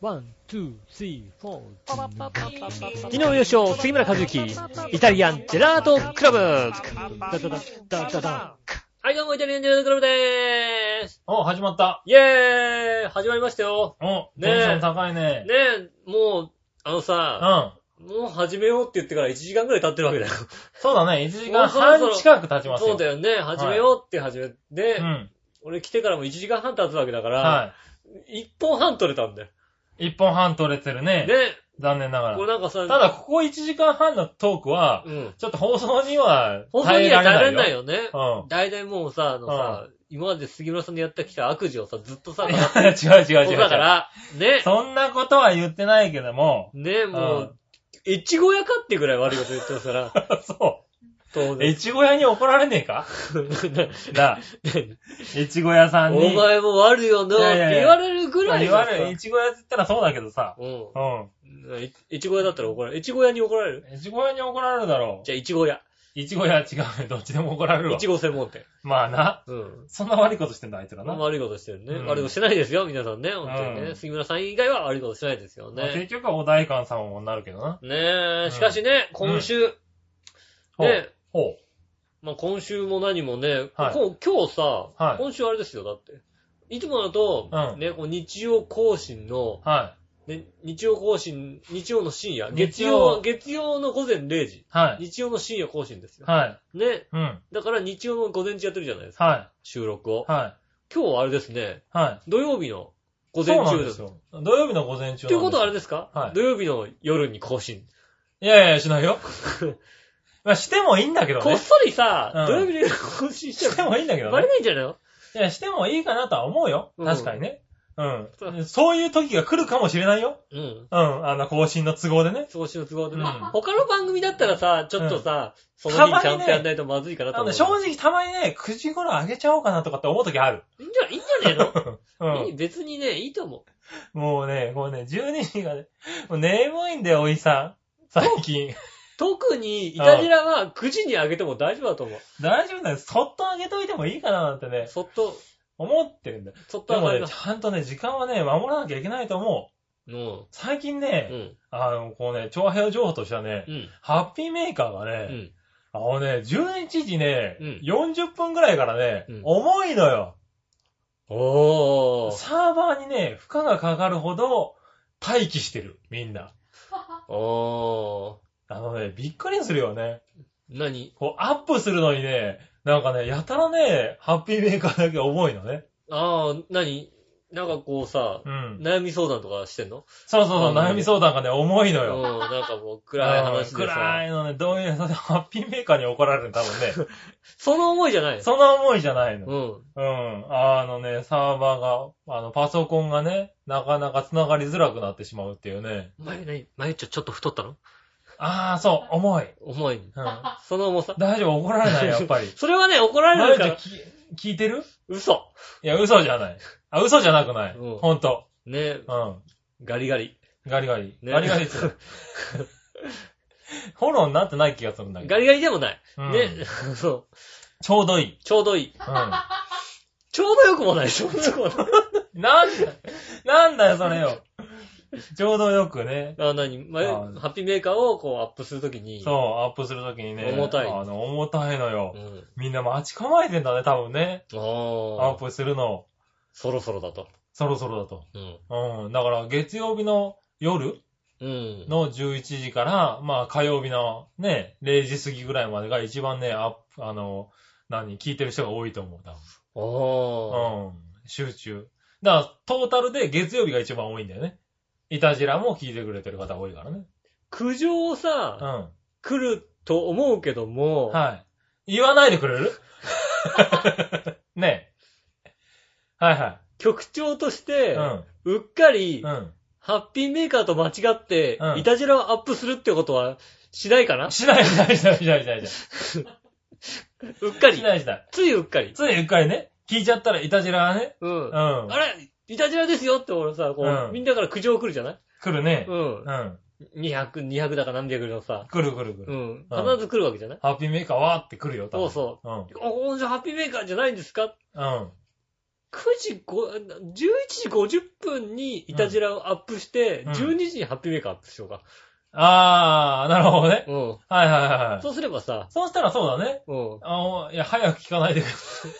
ワン、ツー、スリー、フォー。昨日優勝、杉村和之、イタリアンジェラートクラブ。ダダダ、ダダダ。はい、どうも、イタリアンジェラートクラブでーす。お、始まった。イェーイ始まりましたよ。お、ねえテンション高いね。ねえ、もう、あのうさ、ん。もう始めようって言ってから1時間くらい経ってるわけだよ。そうだね、1時も間うそろそ半ろ近く経ちますそうよ。だよね、始めようって始めて、うん。俺来てからも1時間半経つわけだから、は一1本半取れたんだよ。い。1本半取れてるね。ね、残念ながこれら。なんかさ、ただ、ここ1時間半のトークは、うん。ちょっと放送には本当耐えにらはれない耐よ。えれないよね。うん。大体もうさ、あのさ、今まで杉村さんでやってきた悪事をさ、ずっと さ、いや違う違う違う違そうう。だから、ね、そんなことは言ってないけども、 ね、もうう、越後屋かってぐらい悪いこと言ってますから、 そ当う。然。越後屋に怒られねえかなあ、越後屋さん に。お前も悪いよな、っいやいてやいや言われるぐまあらい言のわさ。れる、越後屋って言ったらそうだけどさ。ううん。ん。いいちご屋だったら怒られる。いちご屋に怒られる越後屋に怒られるだろじゃあ、いちご屋。う。越後屋は違うね。どっちでも怒られるわいち。ご専門店。 まあな。うん。そんな悪いことしてんだ、あいつらな。悪いことしてるね。うん悪いことしてないですよ、皆さんね。本当にうね。ん杉村さん以外は悪いことしてないですよまあ結ね。局はお代官様もなるけどな。ねうえ、んしかしね、今週、ほうね、ほまあ今週も何もね、はいこ今日さ、はい今週あれですよ、だって。いつもだと、うんね、こう日曜更新の、う。はね、日曜更新、日曜の深夜、月日曜、曜月曜の午前0時、い。はい。日曜の深夜更新ですよ。はい。ね、うん。だから日曜の午前中やってるじゃないですか、は収録をい。。は今日はあれですね、い。はい。土曜日の午そ前うなん中でですす。よ。土曜日の午前中ということはあれれですか、はい土曜日の夜に更新。いやいや、しないよ。まあ、してもいいんだけどこっね。そりさ、うん土曜日の夜に更新しちゃしてう。もいいんだけどバレね。ないんじゃないのいや、してもいいかなとは思うよ。うん確かにね。そううん。そういう時が来るかもしれないよ。うん。うん。あの、更新の都合でね。少しの都合でね。うん他の番組だったらさ、ちょっとさ、その日ちゃんとやんないとまずいかなとなの思う。で、正直たまにね、9時頃上げちゃおうかなとかって思う時ある。いいんじゃ、いいんじゃねえうの、いいん。別にね、いいと思う。もうね、こうね、12時がね、もう眠いんだよ、おいさん。最近。特に、イタジラは9時に上げても大丈夫だと思う。 大丈夫だよ。そっと上げといてもいいかななんてね、そっと、思ってるんだよ。そっと上でもがりね、ます。ちゃんとね、時間はね、守らなきゃいけないと思う。うん。最近うね、ん。あの、こうね、調和情報としてはね、うん。ハッピーメーカーがうね、ん。あのね、11時ね、うん40分ぐらいからね、うん重いのよ。おー。サーバーにね、負荷がかかるほど待機してる、みんな。おー。あのね、びっくりするよね。何こう、アップするのにね、なんかね、やたらね、ハッピーメーカーだけ重いのね。あー、何なんかこうさ、うん。悩み相談とかしてんのそうそうそうう、ん悩み相談がね、重いのうん。よ。なんかもう暗い話うでんさ暗。いのね、どういう、ハッピーメーカーに怒られるの多分ね。その思いじゃないのそんな重いじゃないの。うん。うん。あのね、サーバーが、あの、パソコンがね、なかなか繋がりづらくなってしまうっていうね。お前何前ちょ、ちょっと太ったのああ、そう、重い。重い。うん。その重さ。。大丈夫、怒られない、やっぱりそれはね、怒られる毎か日ら。聞いてる嘘。いや、嘘じゃない。あ、嘘じゃなくない。うんほんと。ねうん。ガリガリ。ガリガリ。ねガリガリす る。フォローになってない気がするんだけど。ガリガリでもない。うんね、 そう。ちょうどいい。ちょうどいい。うちょうどよくもない。ちょうどよくもない。ん。なんだ、なんだよ、それよ。ちょうどよくね。あ、なに、まあハッピーメーカーをこうアップするときに。そう、アップするときにね。重たいあの、重たいのよう。ん。みんな待ち構えてんだね、多分ね。アあッあ。プするの、そろそろだと。そろそろだと。うん。うん。だから、月曜日の夜うん。の11時から、まあ、火曜日のね、0時過ぎぐらいまでが一番ね、アップ、あの、何、聞いてる人が多いと思う、多ああ。分。うん。集中。だから、トータルで月曜日が一番多いんだよね。イタジラも聞いてくれてる方多いからね。苦情をうさ、ん。来ると思うけども、はい。言わないでくれ るねえ。はいは局長としい。て、うん。うっかり、うハッピーメーカーと間違って、うん。イタジラをアップするってことはしないかなんしないしないしないしないしないしなうっかい。しり。ないしない。ついうっかり。ついうっかりね、聞いちゃったらいたじらがね、う。うんあん。れイタジラですよって俺さ、こう、うんみんなから苦情来るじゃない来るねう。ん。うん。 200、200だか何百のさ、来る来る来うる。ん。うん必ず来るわけじゃない、ハッピーメーカーわーって来るよ、多そう分。。そううん。う。あ、じゃハッピーメーカーじゃないんですかうん。 9時5、11時50分にイタジラをアップして、うん12時にハッピーメーカーアップしようか。あー、なるほどね。うん。はいはいはい。そうすればさ、そうしたらそうだね。うん。あの、いや、早く聞かないでくだ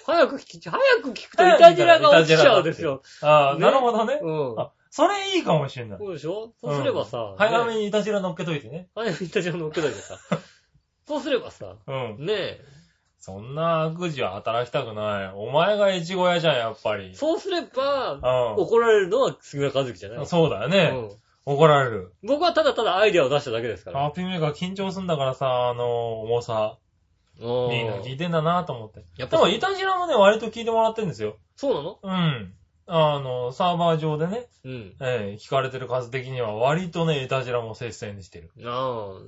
早く聞き、早く聞くとイタジラが落ちちゃうんですよ。さい。あー、ねなるほどねう。ん。あ、それいいかもしれない。そうでしょそうすればさ、早めねにいたしら乗っけといてね。早くイタジラ乗っけといて さ。そうすればさ、うん。ねえ、そんな悪事は働きたくない。お前が越後屋じゃん、やっぱり。そうすれば、う怒られるのは杉村和樹じゃないん。そうだようね。ん怒られる。僕はただただアイデアを出しただけですから。ハッピーメーカー緊張すんだからさ、あの、重さ。うんみんな聞いてんだなと思って。やっでぱも、いたじらもね、割と聞いてもらってるんですよ。そうなのうん。あの、サーバー上でね、うん。ええ聞かれてる数的には割とね、いたじらも接戦にしてる。あ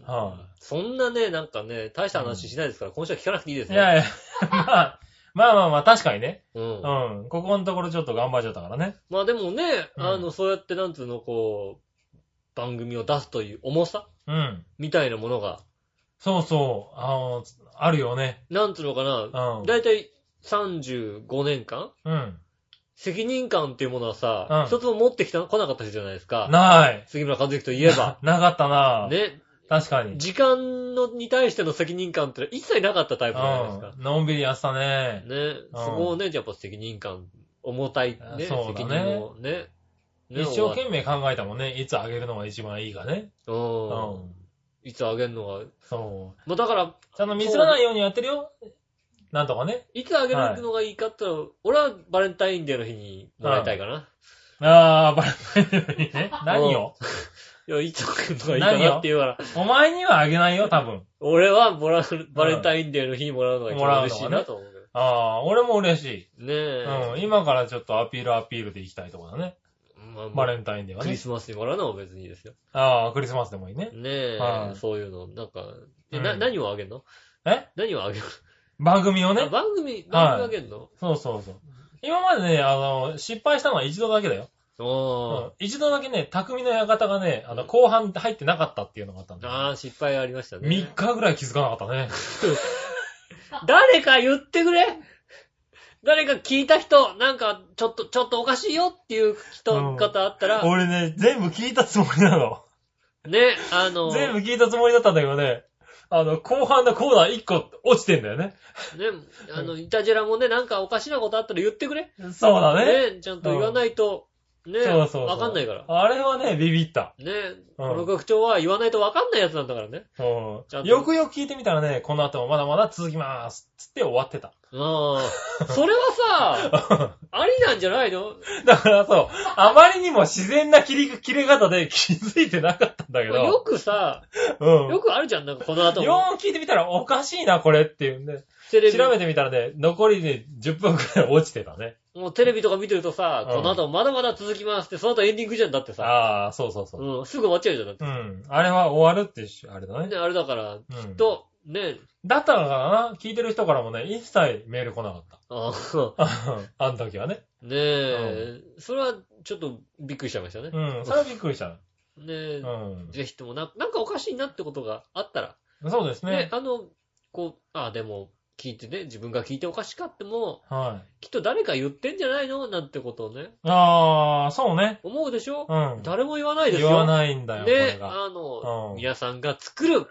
あ。はそんなね、なんかね、大した話しないですから、今週は聞かなくていいでい、すいよ。やいや、 まあ、まあまあまあ、確かにね。うん。うん。ここのところちょっと頑張っちゃったからね。まあでもね、うんあの、そうやって、なんつうの、こう、番組を出すという重さうん。みたいなものが、そうそう。あの、あるよね。なんつうのかな、うん。だいたい35年間うん。責任感っていうものはさ、うん一つも持ってきた、来なかった人じゃないですか。ない。。杉村和之といえばなかったなね、確かに。時間の、に対しての責任感って一切なかったタイプじゃないですか。うん。のんびりやってたね。ね、そこをね、やっぱ責任感、重たい、ね、そう責だね任をね。ね一生懸命考えたもんね。いつあげるのが一番いいかね。ううん。ん。いつあげるのが、そう。まあだから、ちゃんとミスらないようにやってるよ。なんとかね。いつあげるのがいいかって言ったら、俺はバレンタインデーの日にもらいたいかな。あー、バレないようにね。 何よ。いや、いつあげるのがいいかなって言うから、お前にはあげないよ、多分。俺はもらうバレンタインデーの日にもらうのが一もら番うのが嬉ねしいなと思うけど。あー、俺も嬉しい。ねえ。うん。今からちょっとアピールアピールでいきたいところだね。まあまあバレンタインではクリね。スマスにもらうのは別にいいですよ。あー、クリスマスでもいいね。ねえ、はいそういうの、なんか、でなうん何をあげるのえ何をあげる番組をの、あね。番組、番組あげるの、そうそうそう。今までね、あの、失敗したのは一度だけだよ。おーうん一度だけね、匠の館がね、あの、後半入ってなかったっていうのがあったんだあよ。あ、失敗ありましたね。 3日ぐらい気づかなかったね。誰か言ってくれ誰か聞いた人、なんか、ちょっと、ちょっとおかしいよっていう人、うん方あったら、 俺ね、全部聞いたつもりなの。ね、あの、全部聞いたつもりだったんだけどね、あの、後半のコーナー1個落ちてんだよね。ね、あの、イタジェラもね、なんかおかしなことあったら言ってくれ。そうだね。ね、ちゃんと言わないと、ね、そうそうそう。わかんないから。あれはね、ビビった。ね、この局長は言わないとわかんないやつなんだからね。うんちゃんとよくよく聞いてみたらね、この後もまだまだ続きます。つって終わってた。ああ、それは さ、ありなんじゃないのだからそう、あまりにも自然な切り、切れ方で気づいてなかったんだけど。よくさ、うん。よくあるじゃん、なんかこの後よも。ー聞いてみたらおかしいな、これっていうんで。テレビ、調べてみたらね、残りで10分くらい落ちてたね。もうテレビとか見てるとさ、うんこの後もまだまだ続きますって、その後エンディングじゃんだってさ。 ああ、そうそうそう。うん、すぐ終わっちゃうじゃんだって。うん。あれは終わるってし、あれだね。ね、あれだから、うん。と、ね、だったのかな聞いてる人からもね、一切メール来なかった。 あー あの時はね。ねえ、それはちょっとびっくりしちゃいましたね。うん。それはびっくりしたの。ねえ、うぜひともな、なんかおかしいなってことがあったら、ん。そうですね、ね。あの、こう、ああ、でも、聞いてね、自分が聞いておかしかっても、はい。きっと誰か言ってんじゃないのなんてことをね、ああ、そうね。思うでしょ、うん。誰も言わないですよ。言わないんだよ、これね、が。あの、うん皆さんが作る、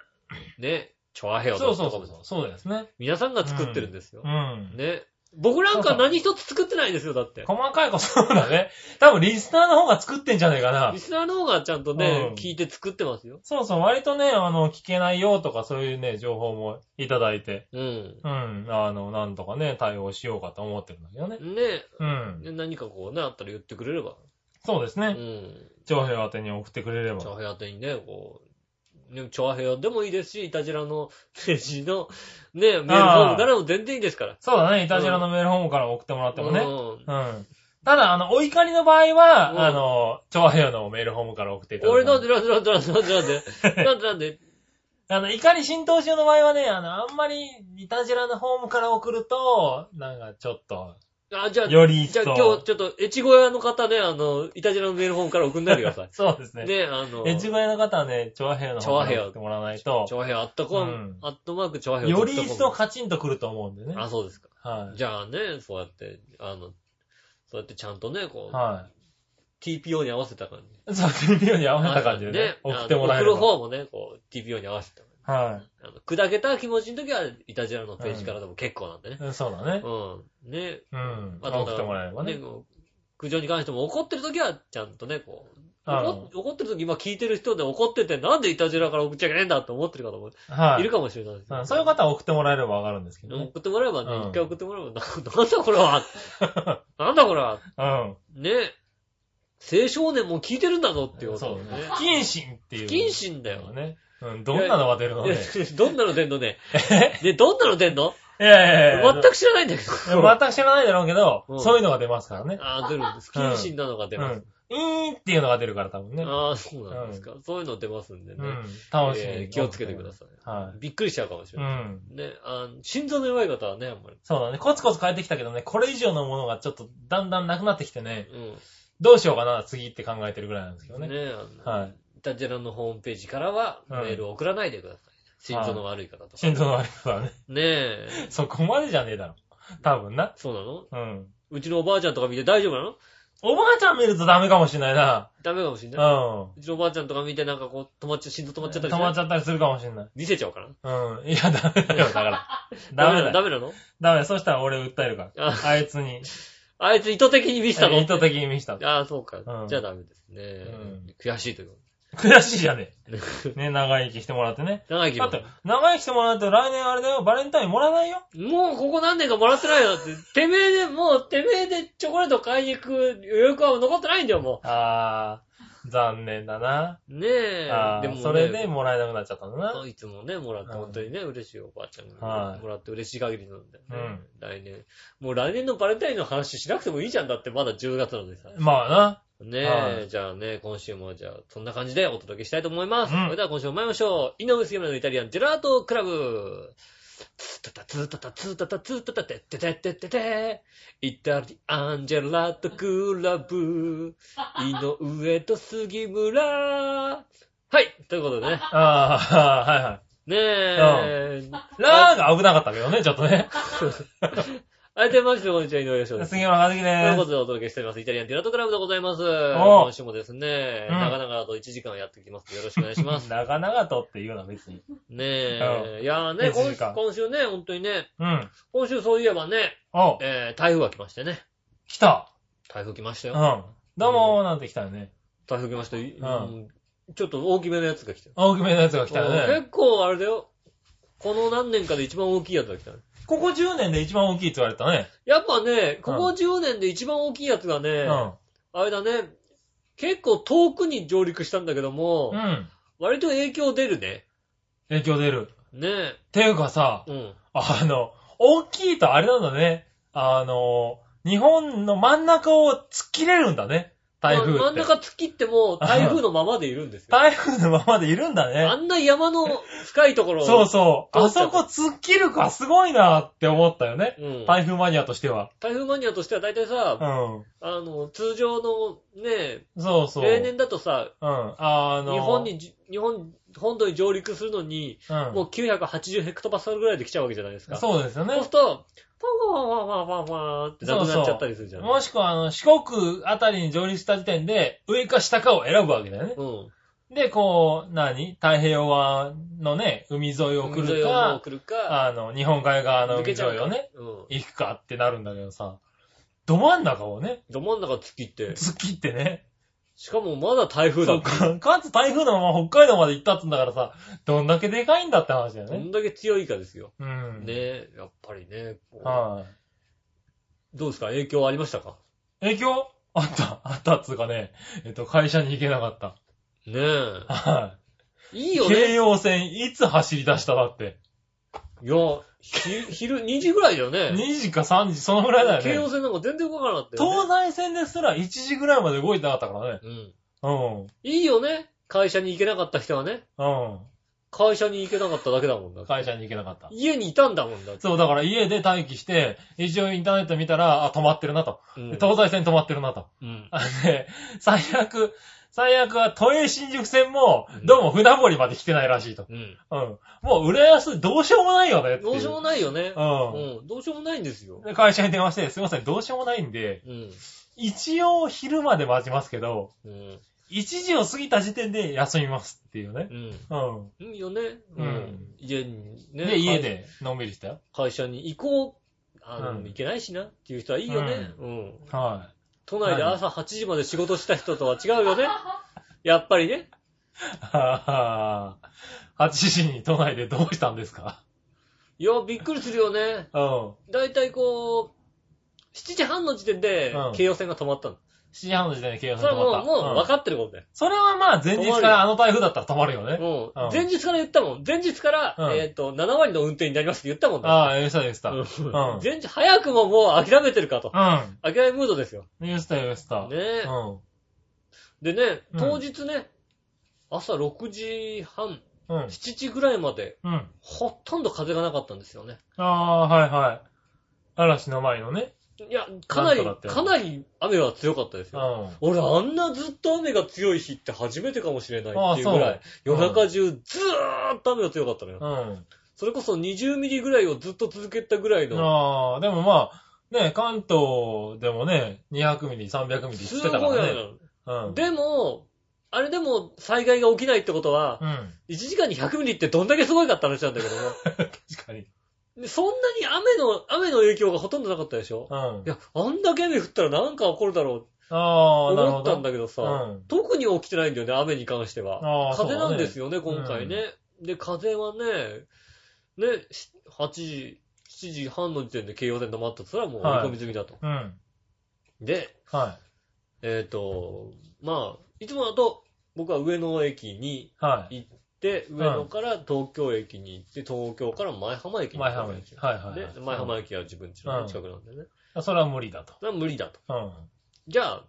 ね、チョアヘオそうそうそうそう。そうですね。皆さんが作ってるんですよう。ん。ね。僕なんか何一つ作ってないですよ、だって。細かいこと、そうだね。多分リスナーの方が作ってんじゃねえかなリ。スナーの方がちゃんとねうん、聞いて作ってますよ。そうそう、割とね、あの、聞けないよとかそういうね、情報もいただいて、うん。うん、あの、なんとかね、対応しようかと思ってるんだけどね。ねうん。ね何かこうね、あったら言ってくれれば。そうですうね。ん。長平宛てに送ってくれれチョアば。ヘア店にね、こう、ねチョアヘアでもいいですし、イタジラのページの、ね、メールフォームならも全然いいですから。そうだね、いたじらのメールホームから送ってもらってもね。うんうん。ただ、あの、お怒りの場合うんは、あの、長平のメールホームから送っていただ俺いて。なんでなんでなんでなんでなんでなんでなんであの、怒り浸透中の場合はね、あの、あんまり、いたじらのホームから送ると、なんかちょっと、あ、じゃあ、より一じゃあ今層。日ちょっと、越後屋の方ね、あの、いたじらのメールフォームから送んないでくださそうですい。 ね。ね、あの、エッジ小屋の方はね、長平の方に送ってもらわないと、長編アットコン、うんアットマーク長編より一層カチンとくると思うんでね。あ、そうですか。はい。じゃあね、そうやって、あの、そうやってちゃんとね、こう、は TPO に合わせた感じ。い。そう、TPO に合わせた感じでね、送ってもらえあるの送る方もね、こう、TPO に合わせた。はあの、砕けた気持ちの時は、イタジラのページからでも結構なんでね。い。そうだね。うん。ね。うん。あと送ってもらえればね、ね。こう苦情に関しても怒ってる時は、ちゃんとね、こう。あ怒のっ怒ってる時、今聞いてる人で怒ってて、なんでイタジラから送っちゃいけないんだって思ってる方もはいるい。かもしれないですけどうんそういう方は送ってもらえればわかるんですけどね。送ってもらえばね、うん一回送ってもらえば、ななんだこれ はなんだこれはうん。ね。青少年も聞いてるんだぞっていうことそうねだね。。不謹慎っていう。不謹慎だよ。ね。うん、どんなのが出るのね。 どんなの出んの ね。ね、どんなの出んのいやいやいや。全く知らないんだけいやど。全く知らないだろうけどう、んそういうのが出ますからね。ああ、出るんです。不謹慎なのが出うますん。。いーんっていうのが出るから多分ね。ああ、そうなんですか。そういうの出ますんでねうん。。楽しえい。ー気をつけてくださ。い。はいびっくりしちゃうかもしい。れうない。ん。ね、あの心臓の弱い方はね、あんまり。そうだね。コツコツ変えてきたけどね、これ以上のものがちょっとだんだんなくなってきてね、うん。どうしようかな、次って考えてるぐらいなんですけどね。ね、あの、はい。イタジェラのホームページからはメうんールを送らないでください。心臓の悪い方とか。心臓の悪いことはね。 ねえ。そこまでじゃねえだろ。多分な。そうなのうん。うちのおばあちゃんとか見て大丈夫なのおばあちゃん見るとダメかもしれないな。ダメかもしんなうん。い。止うちのおばあちゃんとか見てなんかこう、止まっちゃ、心臓止まっちゃったりしまなっいちゃったりするかもしれない。見せちゃおうかな。うん。いや、ダメだよ、だから。ダなメだのよ。ダメなのダメだ。そしたら俺訴えるから。あ あいつに。あいつ意図的に見せたの意図的に見せた。ああ、そうかう。んじゃあダメですねん。悔しいというこ悔しいじゃねとで。 え。ね、長生きしてもらってね。長生きだもって、長生きしてもらうと来年あれだよ、バレンタインもらわないよ。もうここ何年かもらってないよだって。てめえで、もう、てめえでチョコレート買いに行く予約は残ってないんだよ、もあー、残念だな。う。ねえ。あでもー、ねそれでもらえなくなっちゃったんだな。いつもね、もらって、うん本当にね、嬉しいおばあちゃんに、はいもらって嬉しい限りなんだようねん。来年。もう来年のバレンタインの話しなくてもいいじゃんだって、まだ10月なのにさ。まあねはえ、じゃあね、今週もじゃあ、そんな感じでお届けしたいと思います。うんそれでは今週も参りましょう。井上杉村のイタリアンジェラートクラブ。ツータタツータタツータタツータタテッテテッテッテテイタリアンジェラートクラブ。井上と杉村。はい、ということでね。な。あー、はいはねえ。い。ラーが危なかったけどね、ちょっとね。ありがとうございました。こんにちは、井上翔です。杉村和樹というでこす。とでお届けしております。イタリアンディラートクラブでございます。おう今週もですね、うん長々と1時間やってきます。よろしくお願いします。長々とっていうのは別に。ねえ。いやーね、 1今時間今週ね、本当にね、うん。今週そういえばね、お、えー、台風が来ましてね。来た。台風来ましたうんよ。。どうもーなんて来たよね。台風来ましたよ、んうんちょっと大きめのやつが来てる。大きめのやつが来たようんね。結構あれだよ。この何年かで一番大きいやつが来たね。ここ10年で一番大きいって言われたね。やっぱね、ここ10年で一番大きいやつがね、うん。あれだね、結構遠くに上陸したんだけどもう、ん。割と影響出るね。影響出る。ねえ。ていうかさ、うん。あの、大きいとあれなんだね。あの、日本の真ん中を突っ切れるんだね。台風って。ま真ん中突っ切っても、台風のままでいるんですよ。台風のままでいるんだあね。んな山の深いところを。そうそう。通あっちゃそうこ突っ切るかすごいなって思ったよね。うん。台風マニアとしては。台風マニアとしては大体うさ、ん。あの、通常のね、そうそう。例年だとさ、うん。あの、日本にじ、日本、本土に上陸するのに、うん、もう980ヘクトパスカルぐらいで来ちゃうわけじゃないですか。う。そうですよそうすねる。と、パンパンパンパンパンパンってなくなっちゃったりするじゃん。もしくは、あの、四国あたりに上陸した時点で、上か下かを選ぶわけだよね。うん。で、こう、何太平洋側のね、海沿いを海来沿るいをもうか、来るか、あの、日本海側の抜海け沿ちゃういをね、か。うん。行くかってなるんだけどさ、ど真ん中をね、ど真ん中突きって。突っ切ってね、しかもまだ台風だそっうた。か、かつ台風のまま北海道まで行ったってんだからさ、どんだけでかいんだって話だよどね。んだけ強いかですよ。うん。ねえ、やっぱりね。こうはい、どうですか影響ありましたか影響 あった、あったっつうかね、えっと、会社に行けなかった。ねえ。はい、いいよ京ね。葉線、いつ走り出しただって。いや、ひ昼、2時ぐらいだよね。 2時か3時、そのぐらいだ京王よね。線なんか全然動かなかったよ、東ね。西線ですら1時ぐらいまで動いてなかったからね。うん。うん。いいよね。会社に行けなかった人はね。う会社に行けなかっただけだもんだん。。会社に行けなかった。家にいたんだもんだ。そう、だから家で待機して、一応インターネット見たら、あ、止まってるなと。うん。東西線止まってるなと。うん。 あのね、最悪、最悪は都営新宿線も、どうも船堀まで来てないらしいと。うん。うん。もう、浦安どうしようもないよねっていどうしようもないよね。うん。うん。どうしようもないんですよ。で、会社に電話して、すいません、どうしようもないんで、うん。一応昼まで待ちますけど、うん。 1時を過ぎた時点で休みますっていうね。うん。うん。いいよね。うん。家にね。で、家でのんびりしたよ。会。会社に行こう。あうの、ん行けないしなっていう人はいいよね。うん。は都内で朝8時まで仕事した人とは違うよね。やっぱりね。い。はぁ、8時に都内でどうしたんですかいや、びっくりするよね。うん。だいたいこう、7時半の時点でうん、京葉線が止まったの。 7時半の時点で慶応そさんれ止はもまう、った。もう分かってることだよ。それはまあ前日からあの台風だったら止まるよね。もうんう、前日から言ったもん。前日からう、んえっと、7割の運転になりますって言ったもんあだ。あ、言ってた言ってた。うん。うん前日、早くももう諦めてるかと。諦めムードですよ。言ってた言ってねた。うえ。でん。ね、うん当日ね、朝6時半、うん。 7時ぐらいまで、うん。ほとんど風がなかったんですよね。ああ、はいはい。嵐の前のね。いや、かなり、なんとかだったかなより雨は強かったですうん。よ。あ俺、あんなずっと雨が強い日って初めてかもしれないあっていうぐらい、そう夜中中ずーっと雨が強かったのよ。うん。それこそ20ミリぐらいをずっと続けたぐらいの、ああ、でもまあ、ね、関東でもね、200ミリ、300ミリすごしていたか雨らなね。の。うん。でも、あれでも災害が起きないってことはう、ん。 1時間に100ミリってどんだけすごいかって話なんだけどね。 確かに。でそんなに雨の、雨の影響がほとんどなかったでしょうん。あいや、あんだけ雨降ったらなんか起こるだろうってあ、なる思ほったどん。だけどさ、うん特に起きてないんだよね、雨に関してはあ。ー風そうなだんねですよね、今回ね。で、風はね、ね、し8時、7時半の時点で京葉線止まったと、それはもう追い込み済みだと。うん。で、はえっ、と、まあ、いつもだと、僕は上野駅にい。はい。行って、上野から東京駅に行って、東京から前浜駅に行前くわ浜けです駅。よ。はいはいはい。で、前浜駅は自分家の近くなんでね。うん。それは無理だと。それは無理だと。うん。はいじゃあ、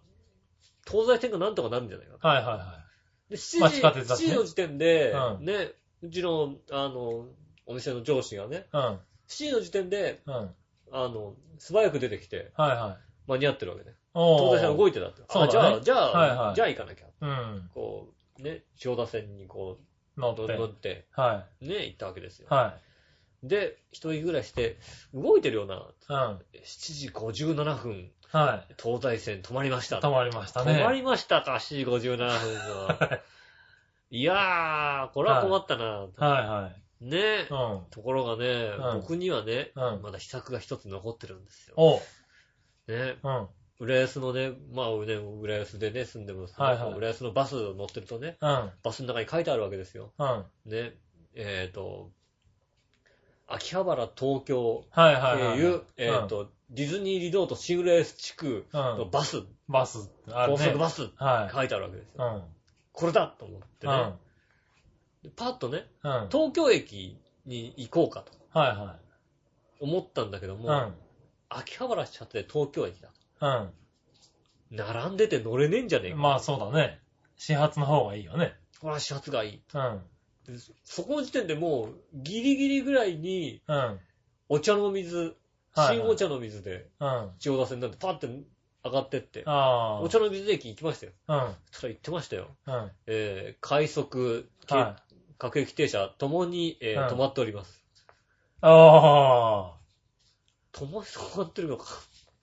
東西線がなんとかなるんじゃないかと。はいはで、7まあ地時、下鉄だ7しね時の時点で、うんね、うちの、あの、お店の上司がね、い。 7時の時点で、うん。うん。あの、素早く出てきて、はいはい。間に合ってるわけね。お東西線ー。動いてたって。そあ、うじだゃねあ、じゃあ、はいはいじゃあ行かなきゃ。うん。こう、ね、千代田線にこ乗う、っ乗て乗。って、はね、行ったわけですよい。。はで、一人ぐらいして、動いてるよな。い。うん。 7時57分、はい。東西線止まりました。止まりましたね。止まりましたか、7時57分が。 いやー、これは困ったな。はいはい。ねえ。うん。ところがね、うん僕にはね、うんまだ秘策が一つ残ってるんですよ。おう。ね、うん。うん。浦安のね、まあ、ね、浦安でね、住んでますけど、はいはい浦安のバスを乗ってるとね、バスの中に書いてあるわけですよ。うん。はいね、えっ、と、秋葉原東京はいってはい。いう、えっ、と、ディズニーリゾート新浦安地区うん。うのん。バス、バス、ある高ね速。バスってはい。書いてあるわけですよ。うん。これだと思ってうん。ねは、でパッとね、いは東京駅に行こうかとい。思ったんだけども、うん。秋葉原しちゃって東京駅だ。うん。並んでて乗れねえんじゃねえか。まあそうだね。始発の方がいいよね。これは始発がいい。うん。でそこの時点でもう、ギリギリぐらいに、うん。お茶の水、はい新お茶の水で、うん。あ千代田線なんてパッて上がってって、あ。お茶の水駅行きましたよ。うん。そしたら行ってましたよ。うん。はい。えー、快速、各駅停車ともに、えーうん止まっております。ああ。はともに止まってるのか。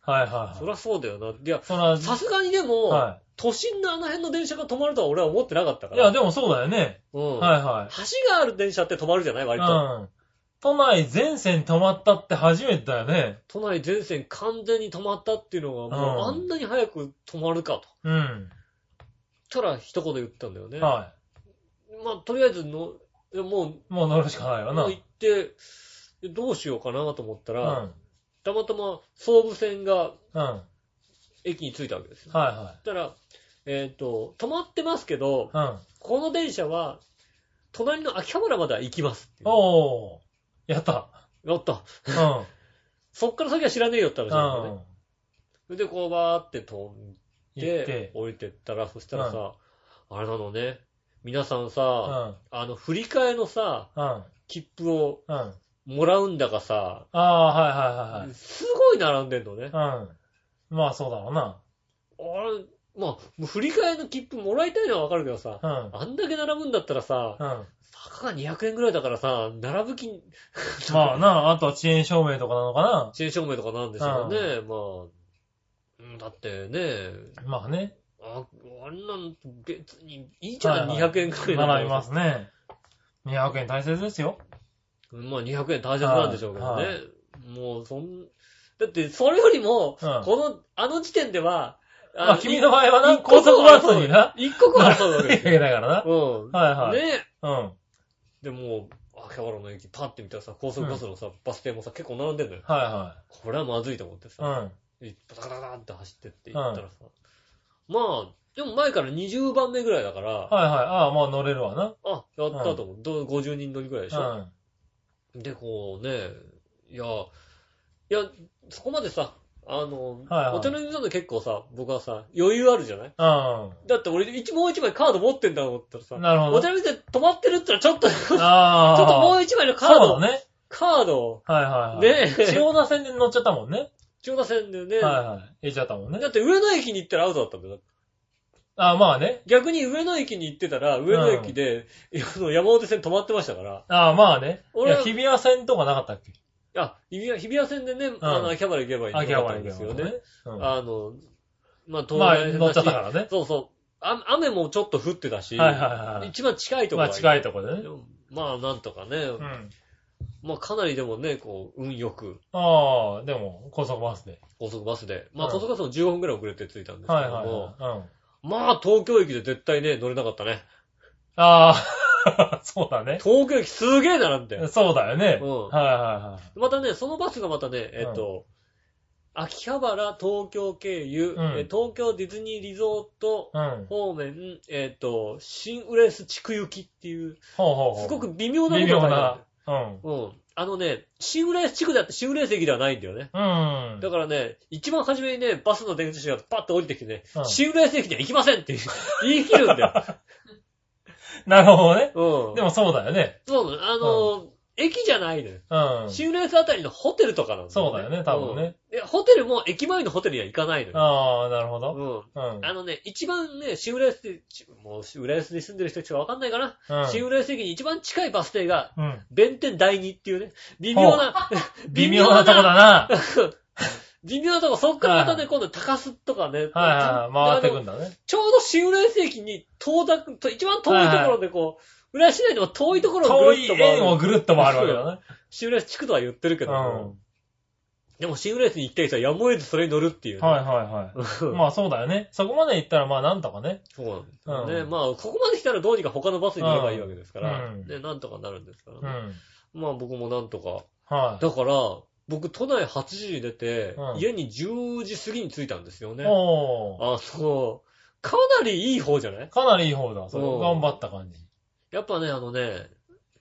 いはいはそい。りゃそうだよな。いや、そら、さすがにでも、は都心のあの辺の電車が止まるとは俺は思ってなかったかい。いら。や、でもそうだよね。うん。はいは橋がある電車って止まるじゃないい。割と。うん。都内全線止まったって初めてだよね。都内全線完全に止まったっていうのが、もうあうんんなに早く止まるかと。うん。たら一言言ったんだよね。まはあ、とりあえずの、いやもい。もう乗るしかないよう、な。もうう行って、どうしようかなと思ったら、ん。たまたま総武線がうん。はい駅に着いたわけですよ。はそしたら、えっ、と、止まってますけど、い。うん。この電車は、隣の秋葉原までは行きますっていう。おー。やった。やった。うん。そっから先は知らねえよって話うなんだよね。ん。それでこうバーって飛ん行っでて、。降りてったら、そしたらさ、あれなのね、皆さんさ、あの、振り替えのさ、うん。うん。切符をうん。あもらうんだかさ、あー、はいはいはいはい。すごい並んでんのね。うん。まあそうだろうな。あれ、まあ、もう振り替えの切符もらいたいのはわかるけどさ、うん。あんだけ並ぶんだったらさ、うん。たかが200円ぐらいだからさ、並ぶ気、まあな、あとは遅延証明とかなのかな。遅延証明とかなんでしょうね。まあうん、だってね、まあね。あ、あんなん別にいいじゃん、はいはい200円くらいだったら習いますね。200円大切ですよ。まあ200円大切なんでしょうけどはねいは。もうそん、だってそれよりも、うんこの、あの時点では、まあ君の場合はな、一刻高を速バスにな。一刻はそうだわけ いですやいやよ。だからな。うん。はいはいねうん。でもう、秋葉原の駅パッて見たらさ、高速バスのさ、バス停もさ、結構並んでんのよ。はこれはまずいと思っていはさ、い。うん。バタバタバタって走ってって行ったらさ、まあ、でも前から20番目ぐらいだから、はいはい。ああ、まあ乗れるわな。あ、やったと思う。どう50人乗りぐらいでしょ。うん。で、こうね、いや、いや、そこまでさ、あの、はいはいお手の水なんで結構さ、僕はさ、余裕あるじゃないだって俺、一もう一枚カード持ってんだと思ったらさ、うん。なるほおど。手の水で止まってるってのはちょっ と、ちょっああ。ともう一枚のカードそを、うだね。カードを、はいはいはい。ね千代田線で乗っちゃったもんね。千代田線でね、はいはい。行っちゃったもんねだ。って上野駅に行ったらアウトだったんだよ。ああ、まあね。逆に上野駅に行ってたら、上野駅で、あの山手線止まってましたから、ああ、まあね。い俺はや、日比谷線とかなかったっけあ、日比谷日比谷線でね、あの、秋葉原行けばいい秋と葉思った原ん行でけすばよいねいね。。うんまあの、まあ、東あ、大乗っちゃったからね。そうそう。あ雨もちょっと降ってたし、はいはいはい一番近いとこまろあ近いとこでね。まあ、なんとかね、うん。まあ、かなりでもね、こう、運よく、ああ、でも、高速バスで。高速バスで。まあ、うん高速バスも15分くらい遅れて着いたんですけども、はいはいはい。うん。まあ、東京駅で絶対ね、乗れなかったね。ああ、そうだね。東京駅すげえ並んで。そうだよね。うんはいはまたね、そのバスがまたね、えっと、秋葉原、東京経由、うんえ東京ディズニーリゾートいはい。うん。方面、えっと、新浦安地区行きっていう、ほうほうほう。すごく微妙な微ことが書妙いてあな。うん。るうん。あのね、新浦安地区だって新浦安駅ではないんだよね。うん。だからね、一番初めにね、バスの出口がパッと降りてきてね、うん新浦安駅には行きませんって 言い切るんだよ。なるほどね。うん。でもそうだよね。そう、あのー駅じゃないのよ。うん。新浦安あたりのホテルとかなんそうだよね、多分ね。うん。で、ホテルも駅前のホテルには行かないのよ。ああ、なるほど。うん。うん。うん。あのね、一番ね、新浦安で、ちもう、浦安に住んでる人たちはわかんないかな。新浦安駅に一番近いバス停が、うん。弁天第二っていうね、微妙な、微妙なとこだな。微妙なとこ、そっからまたはいはね、今度高須とかね、はいはいはい。回ってあくのんだね。ちょうど新浦安駅に遠ざく、と一番遠いところでこう、浦安市内でも遠いところをぐ遠るっいと回円る。をぐるっと回るわけだね。新浦安地区とは言ってるけうどん。はも、でも新浦安に行った人はやむを得ずそれに乗るっていいうね。うはいんはい。まあそうだよね。そこまで行ったらまあなんとかね。そうなんですよね。うんまあ、ここまで来たらどうにか他のバスに乗ればいいわけですから、うんね、なんとかなるんですからうね。ん。まあ僕もなんとか。はい。だから、僕都内8時に出て、うん家に10時過ぎに着いたんですよね。おー。あ、そう。かなりいい方じゃないかなりいい方だ。それうん頑張った感じ。やっぱね、あのね、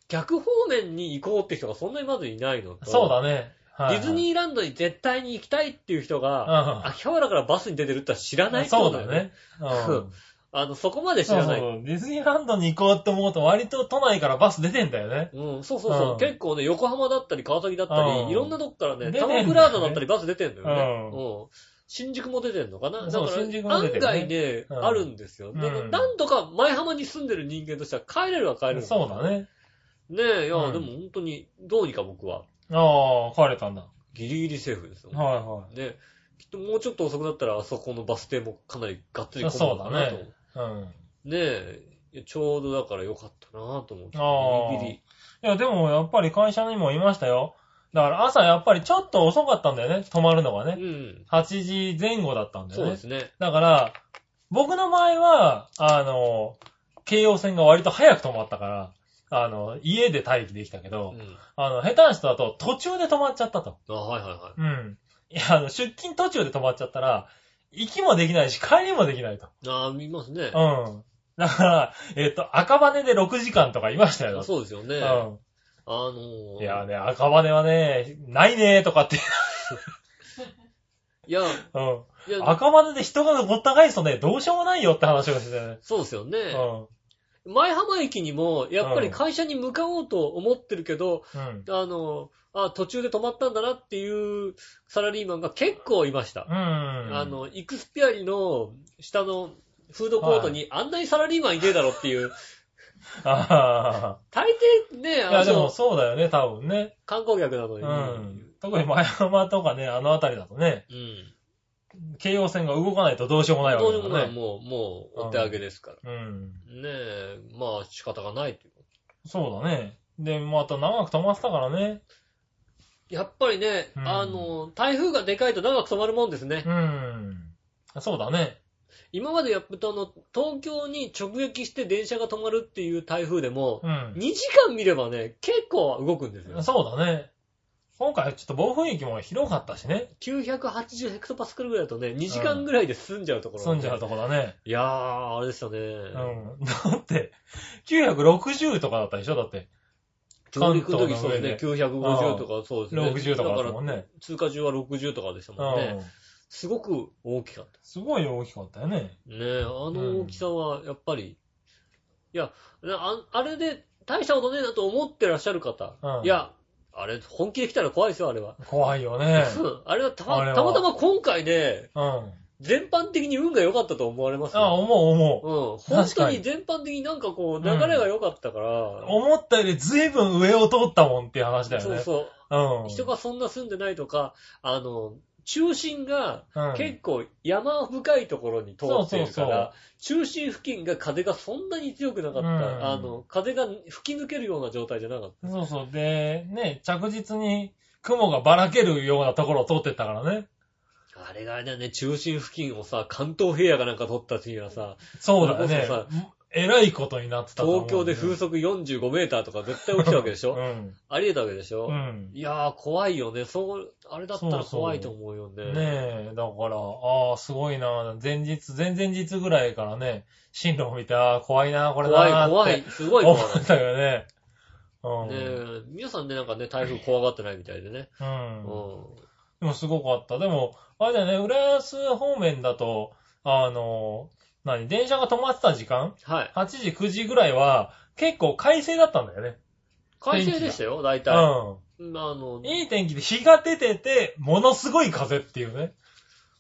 逆方面に行こうって人がそんなにまずいないのと、そうだね。はいはいディズニーランドに絶対に行きたいっていう人が、う秋葉原からバスに出てるってのは知らないん。ってこそとうだよ。ね。うん。あの、そこまで 知そうらそ。ないうディズニーランドに行こうって思うと割と都内からバス出てんだよね。うん、そうそうそう。うん結構ね、横浜だったり、川崎だったうんり、いろんなとこからね、出タてんだよねモプラーザだったりバス出てんだよね。ううん。新宿も出てんのかなだかそうら、新宿も出て案る外ねね、うんあるんですよ。うんだからなんとか前浜に住んでる人間としては帰れるは帰れる。そうだ。ね。ねえ、いや、うんでも本当に、どうにか僕は、ああ、帰れたんだ。はギリギリセーフですよい。はで、きっともうちょっと遅くなったら、あそこのバス停もかなりがっつり混むのかなと。そうだねい。うん。ねえ、いやちょうどだから良かったなと思って。あギーリギリ。いや、でもやっぱり会社にもいましたよ。だから朝やっぱりちょっと遅かったんだよね、泊まるのがね。うん。 8時前後だったんだよそうね。ですね。だから、僕の場合は、あの、京葉線が割と早く止まったから、あの、家で待機できたけうど、ん。あの、下手な人だと途中で止まっちゃったと。あ、はいはいはうん。いや、あの、出勤途中で止まっちゃったら、行きもできないし、帰りもできないと。い。ああ、見ますね。うん。だから、えっと、赤羽で6時間とかいましたよ。そうですよね。あうのん。ー、いやね、赤羽はね、ないねーとかって。いや、うん。いや、赤羽で人がごった返すとね、どうしようもないよって話をしてたよね。そうですよね。う前浜駅にも、やっぱり会社に向かおうと思ってるけど、うん。あの、あ、途中で止まったんだなっていうサラリーマンが結構いました。うん。あ、の、イクスピアリの下のフードコートに、あんなにサラリーマンいねえだろっていう、あ大抵ね、あ。いあや、でもの、そうだよね、多分ね。観光客なのうに。ん。特に前浜とかね、あの辺りだとね、うん。京葉線が動かないとどうしようもないわどうけでだもかならい、ね。もう、もう、お手上げですから。うん。ねえ、まあ仕方がないという。そうだね。で、また長く止まってたからね。やっぱりね、うんあの、台風がでかいと長く止まるもんですね。うん。そうだね。今までやっとあの、東京に直撃して電車が止まるっていう台風でも、うん。 2時間見ればね、結構動くんですよ。そうだね。今回ちょっと暴風域も広かったしね。 980ヘクトパスカルぐらいだとね、2時間ぐらいで済んじゃうところ、住んじゃうとこだね。いやー、あれでしたね。うん。だって、960とかだったでしょだって。上陸の時関東そのう上ですでね、950とかそうですね。 60とかだったら、もんね。通過中は60とかでしたうもんね。ん。すごく大きかった。すごい大きかったよね。ねえ、あの大きさは、やっぱり、いやあ、あれで大したことねえなと思ってらっしゃる方、うんいや、あれ、本気で来たら怖いですよ、あれは。怖いよね。うん あれはたまあれはたまたま今回ね、うん。あ全般的に運が良かったと思われますよあ、思う思う。うん。本確当かにに全般的になんかこう、流れが良かったから、思ったより随分上を通ったもんっていう話だよそうね。そうう、ん。人がそんな住んでないとか、あの、中心がうん、結構山深いところに通っているかそうそうそら、中心付近が風がそんなに強くなかった。うんあの、風が吹き抜けるような状態じゃなかっそうそう。で、ね、着実に雲がばらけるようなところを通ってったからね。た。あれがあれだよね、中心付近をさ、関東平野がなんか取った時にはさ、そうだよそれねこ。えらいことになってたと思東うんだ京よね、で風速45メーターとか絶対起きたわけでしょ、ありえたわけでしょ、うん。いやー、怖いよね。そう、あれだったらそうそう怖いと思うようね。ん。ねえ、だから、ああ、すごいな。前日、前々日ぐらいからね、進路を見て、ああ、怖いな、これ怖い、だなっ怖てい、すごい思怖い。ったよね。 うん。ねえ、皆さんね、なんかね、台風怖がってないみたいでね。う。うんん。でもすごかった。でも、あれだよね、浦安方面だと、あの、何、電車が止まってた時間はい。 ?8 時、9時ぐらいは、結構快晴だったんだよね。快晴でしたよ、大体。うんあのうん。、いい天気で日が出てて、ものすごい風っていうね。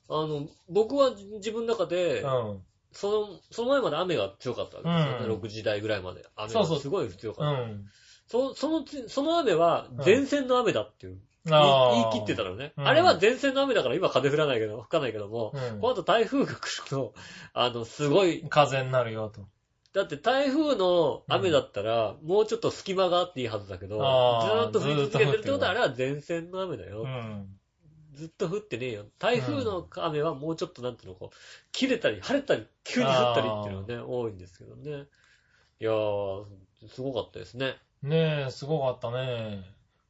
あの、僕は自分の中でう、ん。その、その前まで雨が強かったわけですよね。うん6時台ぐらいまで。雨そがうそうすごい強うかった。ん。そそのつ、その雨はん前線の雨だっていう。言いああ。言い切ってたのね。うんあれは前線の雨だから今風降らないけど、吹かないけども、うんこの後台風が来ると、あの、すごい、風になるよと。だって台風の雨だったら、もうちょっと隙間があっていいはずだけど、ずあーーっと降り続けてるってずーことっとは、降あってれは前線の雨だうよ。ん。ずっと降ってねえよ。台風の雨はもうちょっとなんていうの、こう、切れたり、晴れたり、急に降ったりっていうのはね、多いんですけどね。いやー、すごかったですね。ねえ、すごかったね。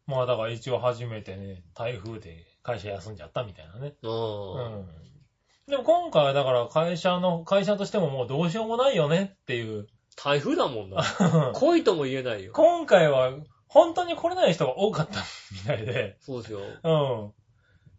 まあだから一応初めてね、台風で会社休んじゃったみたいなね。う。うんん。でも今回はだから会社の、会社としてももうどうしようもないよねっていう。台風だも んな。来いとも言えないよ。今回は本当に来れない人が多かったみたいで。そうですよ。うん。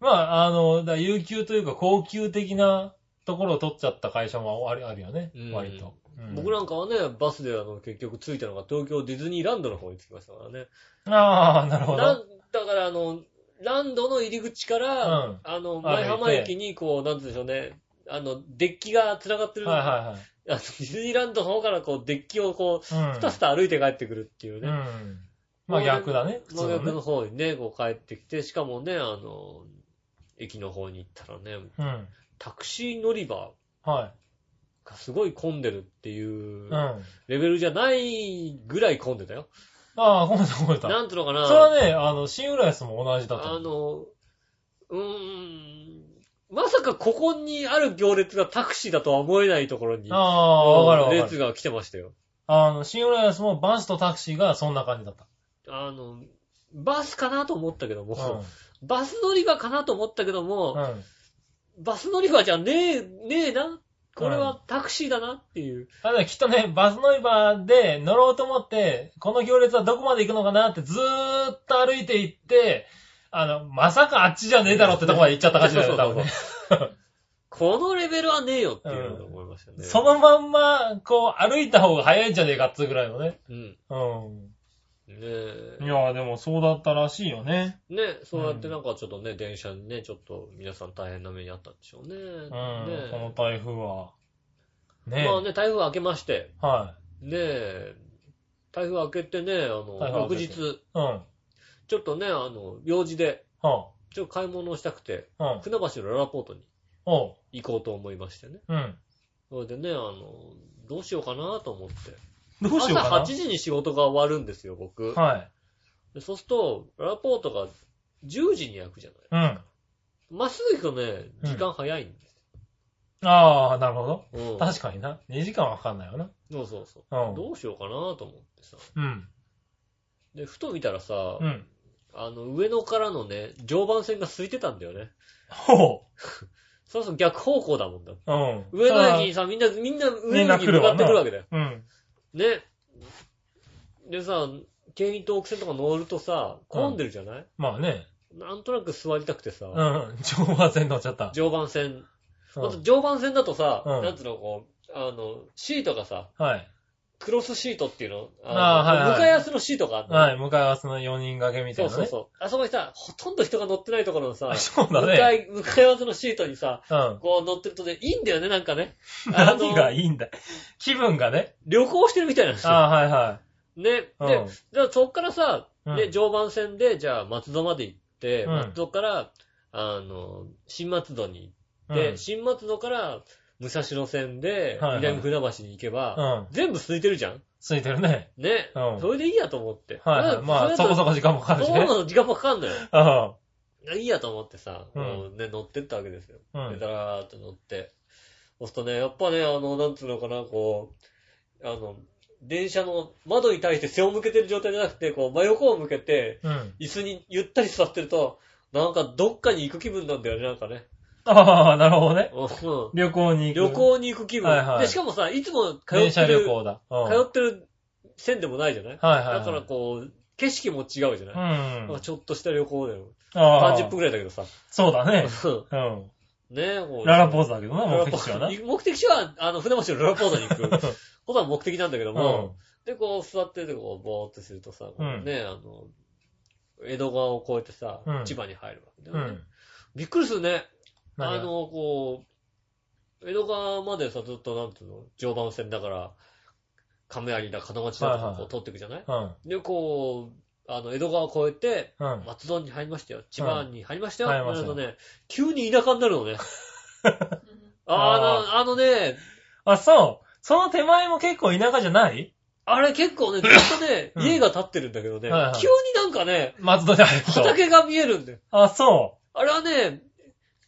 まあ、あの、だから有給というか高級的なところを取っちゃった会社もあるあるよねうん。割と。うん僕なんかはね、バスであの、結局着いたのが東京ディズニーランドの方に着きましたからね。ああ、なるほなど。んだから、あの、ランドの入り口から、うんあの、い前浜駅に、こう、なんて言うんでしょうね、あの、デッキが繋がってる、はいはあのディズニーランドの方から、こう、デッキをこいはう、い。ふたふた歩いて帰ってくるっていううね、ん。まあ逆だね。普通真の逆ねの方にね、こう帰ってきて、しかもね、あの、駅の方に行ったらね、うん。タクシー乗り場はがすごい混んでるってい。。、いううんあレベルじゃないぐらい混んでたよ。あ、ごめんなさい、ごめんなさい。なんていうのかな、それはね、あの、新浦安も同じだとあ思う。の、うーん、まさかここにある行列がタクシーだとは思えないところに、ああ、わかるわか列る。が来てましたよ。あの、新浦安もバスとタクシーがそんな感じだった。あの、バスかなと思ったけども、うん。バス乗り場かなと思ったけども、うん。バス乗り場じゃねえ、ねえな。これはタクシーだなっていう。あのきっとね、バス乗り場で乗ろうと思って、この行列はどこまで行くのかなってずーっと歩いて行って、あの、まさかあ っちじゃねえだろってとこまで行っちゃった感じだよね、多分ね。このレベルはねえよっていうのを思いましたね。そのまんま、こう、歩いた方が早いんじゃねえかっつうぐらいのね。うん。うねん。えい。や、でもそうだったらしいよね。ねそうやってなんかちょっとね、電車にね、ちょっと皆さん大変な目にあったんでしょうね。うん。こねの台風は。ねまあね、台風明けまして、はねえ、台風明けてね、あの、台風翌明けて日、い。うん。はちょっとね、あの、用事で、あ。ちょっと買い物をしたくて、うん。船橋のララポートにおう。行こうと思いましてね。うん。それでね、あの、どうしようかなと思って。どうしようかな。朝8時に仕事が終わるんですよ、僕。はい。でそうすると、ララポートが10時に開くじゃない。うん。まっすぐ行くとね、時間早いんですああ、なるほど。よ。うん。確かにな。2時間はかかんないよな。そうそうそう。うどうしようかなと思ってさ。ん。うん。で、ふと見たらさ、うん。あの、上野からのね、常磐線が空いてたんだよね。ほそもそも逆方向だもんだ。う。うん。上野駅にさ、みんな、みんな上みんな野駅に来る向かわっなてくるわけだよ。うん。ね。でさ、京浜東北線とか乗るとさ、混んでるじゃない、まあね。なんとなく座りたくてさ、うん。上和線乗っちゃった。常磐線。うまんず常磐線だとさ、うんなんつうの、こう、あの、シートがさ、はい。クロスシートっていうの、あのあーはいはい向かい合わせのシートがあって、はい。向かい合わせの4人掛けみたいそうなね。そうそう。あそこにさ、ほとんど人が乗ってないところのさ、そうだ向かね。い、向かい合わせのシートにさ、うん。こう乗ってるとね、いいんだよね、なんかね。あの何がいいんだ気分がね。旅行してるみたいなんですよ。ああ、はいはね。い。で、じゃあそっからさ、うんね、常磐線で、じゃあ松戸まで行って、うん松戸から、あの、新松戸にう行ん。って、新松戸から武蔵野線で、はいはい南船橋に行けば、うん。全部空いてるじゃんついてるね。ね。うんそれでいいやと思って。はいはい。まあ、そこそこ。こ時間もかかるしそうなね。の、時間もかかんのよ。うん。いいやと思ってさ、うんもうね、乗ってったわけですよ。うで、ん。だらーっと乗って。そうするとね、やっぱね、あの、なんつうのかな、こう、あの、電車の窓に対して背を向けてる状態じゃなくて、こう、真横を向けて、うん。椅子にゆったり座ってると、なんかどっかに行く気分なんだよね、なんかね。ああ、なるほどね。うん旅行に行く。旅行に行く気分、はいはいで、しかもさ、いつも通電って車る、旅通行だ。うん。ってる線でもないじゃない、はいはいはいだからこう、景色も違うじゃない、うんなんか。ちょっとした旅行だよ。ああ。 30分くらいだけどさ。そうだね。うんうん。ねえ、もう。ララポーズだけどな、ララ目ポ的地はな。ー目的地は、あの、船橋のララポートに行 くことは目的なんだけども、うで、こう、座ってて、こう、ぼーっとするとさ、うんね、あの、江戸川を越えてさ、うん千葉に入るわけだん。うよねん。びっくりするね。あ何がの、こう、江戸川までさ、ずっと、なんていうの、常磐線だから、亀有だ、金町だとはいかはいこう通っていくじゃないうん。で、こう、あの、江戸川を越えて、うん。松戸に入りましたよ。千葉に入りましたよ。入りまなしるたよとね、急に田舎になるのね。あーあの、あのね、あ、そう。その手前も結構田舎じゃないあれ結構ね、ずっとね、 うん家が建ってるんだけどね、はいはい急になんかね、松戸に入ると。畑が見えるんだよ。あ、そあれはね、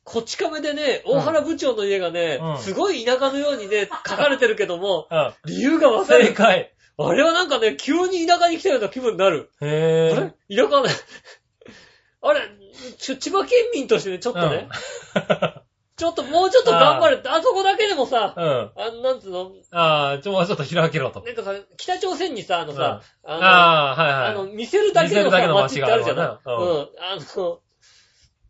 こち亀でね、ん大原部長の家がね、うんすごい田舎のようにね、書かれてるけども、う。うん。理由がわか正る。解。あれはなんかね、急に田舎に来たような気分になる。あへぇー。れ田舎ね、 あれ、ち千葉県民としてね、ちょっとね、 ちょっともうちょっと頑張れって、あそこだけでもさ、うん。うん。あの、なんつうの、ああ、ちょ、もうちょっと開けろと。なんかさ、北朝鮮にさ、あのさ、あの、あああ、はいのはい。、見せるだけの見せるだけさ、の街街ってあるじゃないがあるうわんな。あの、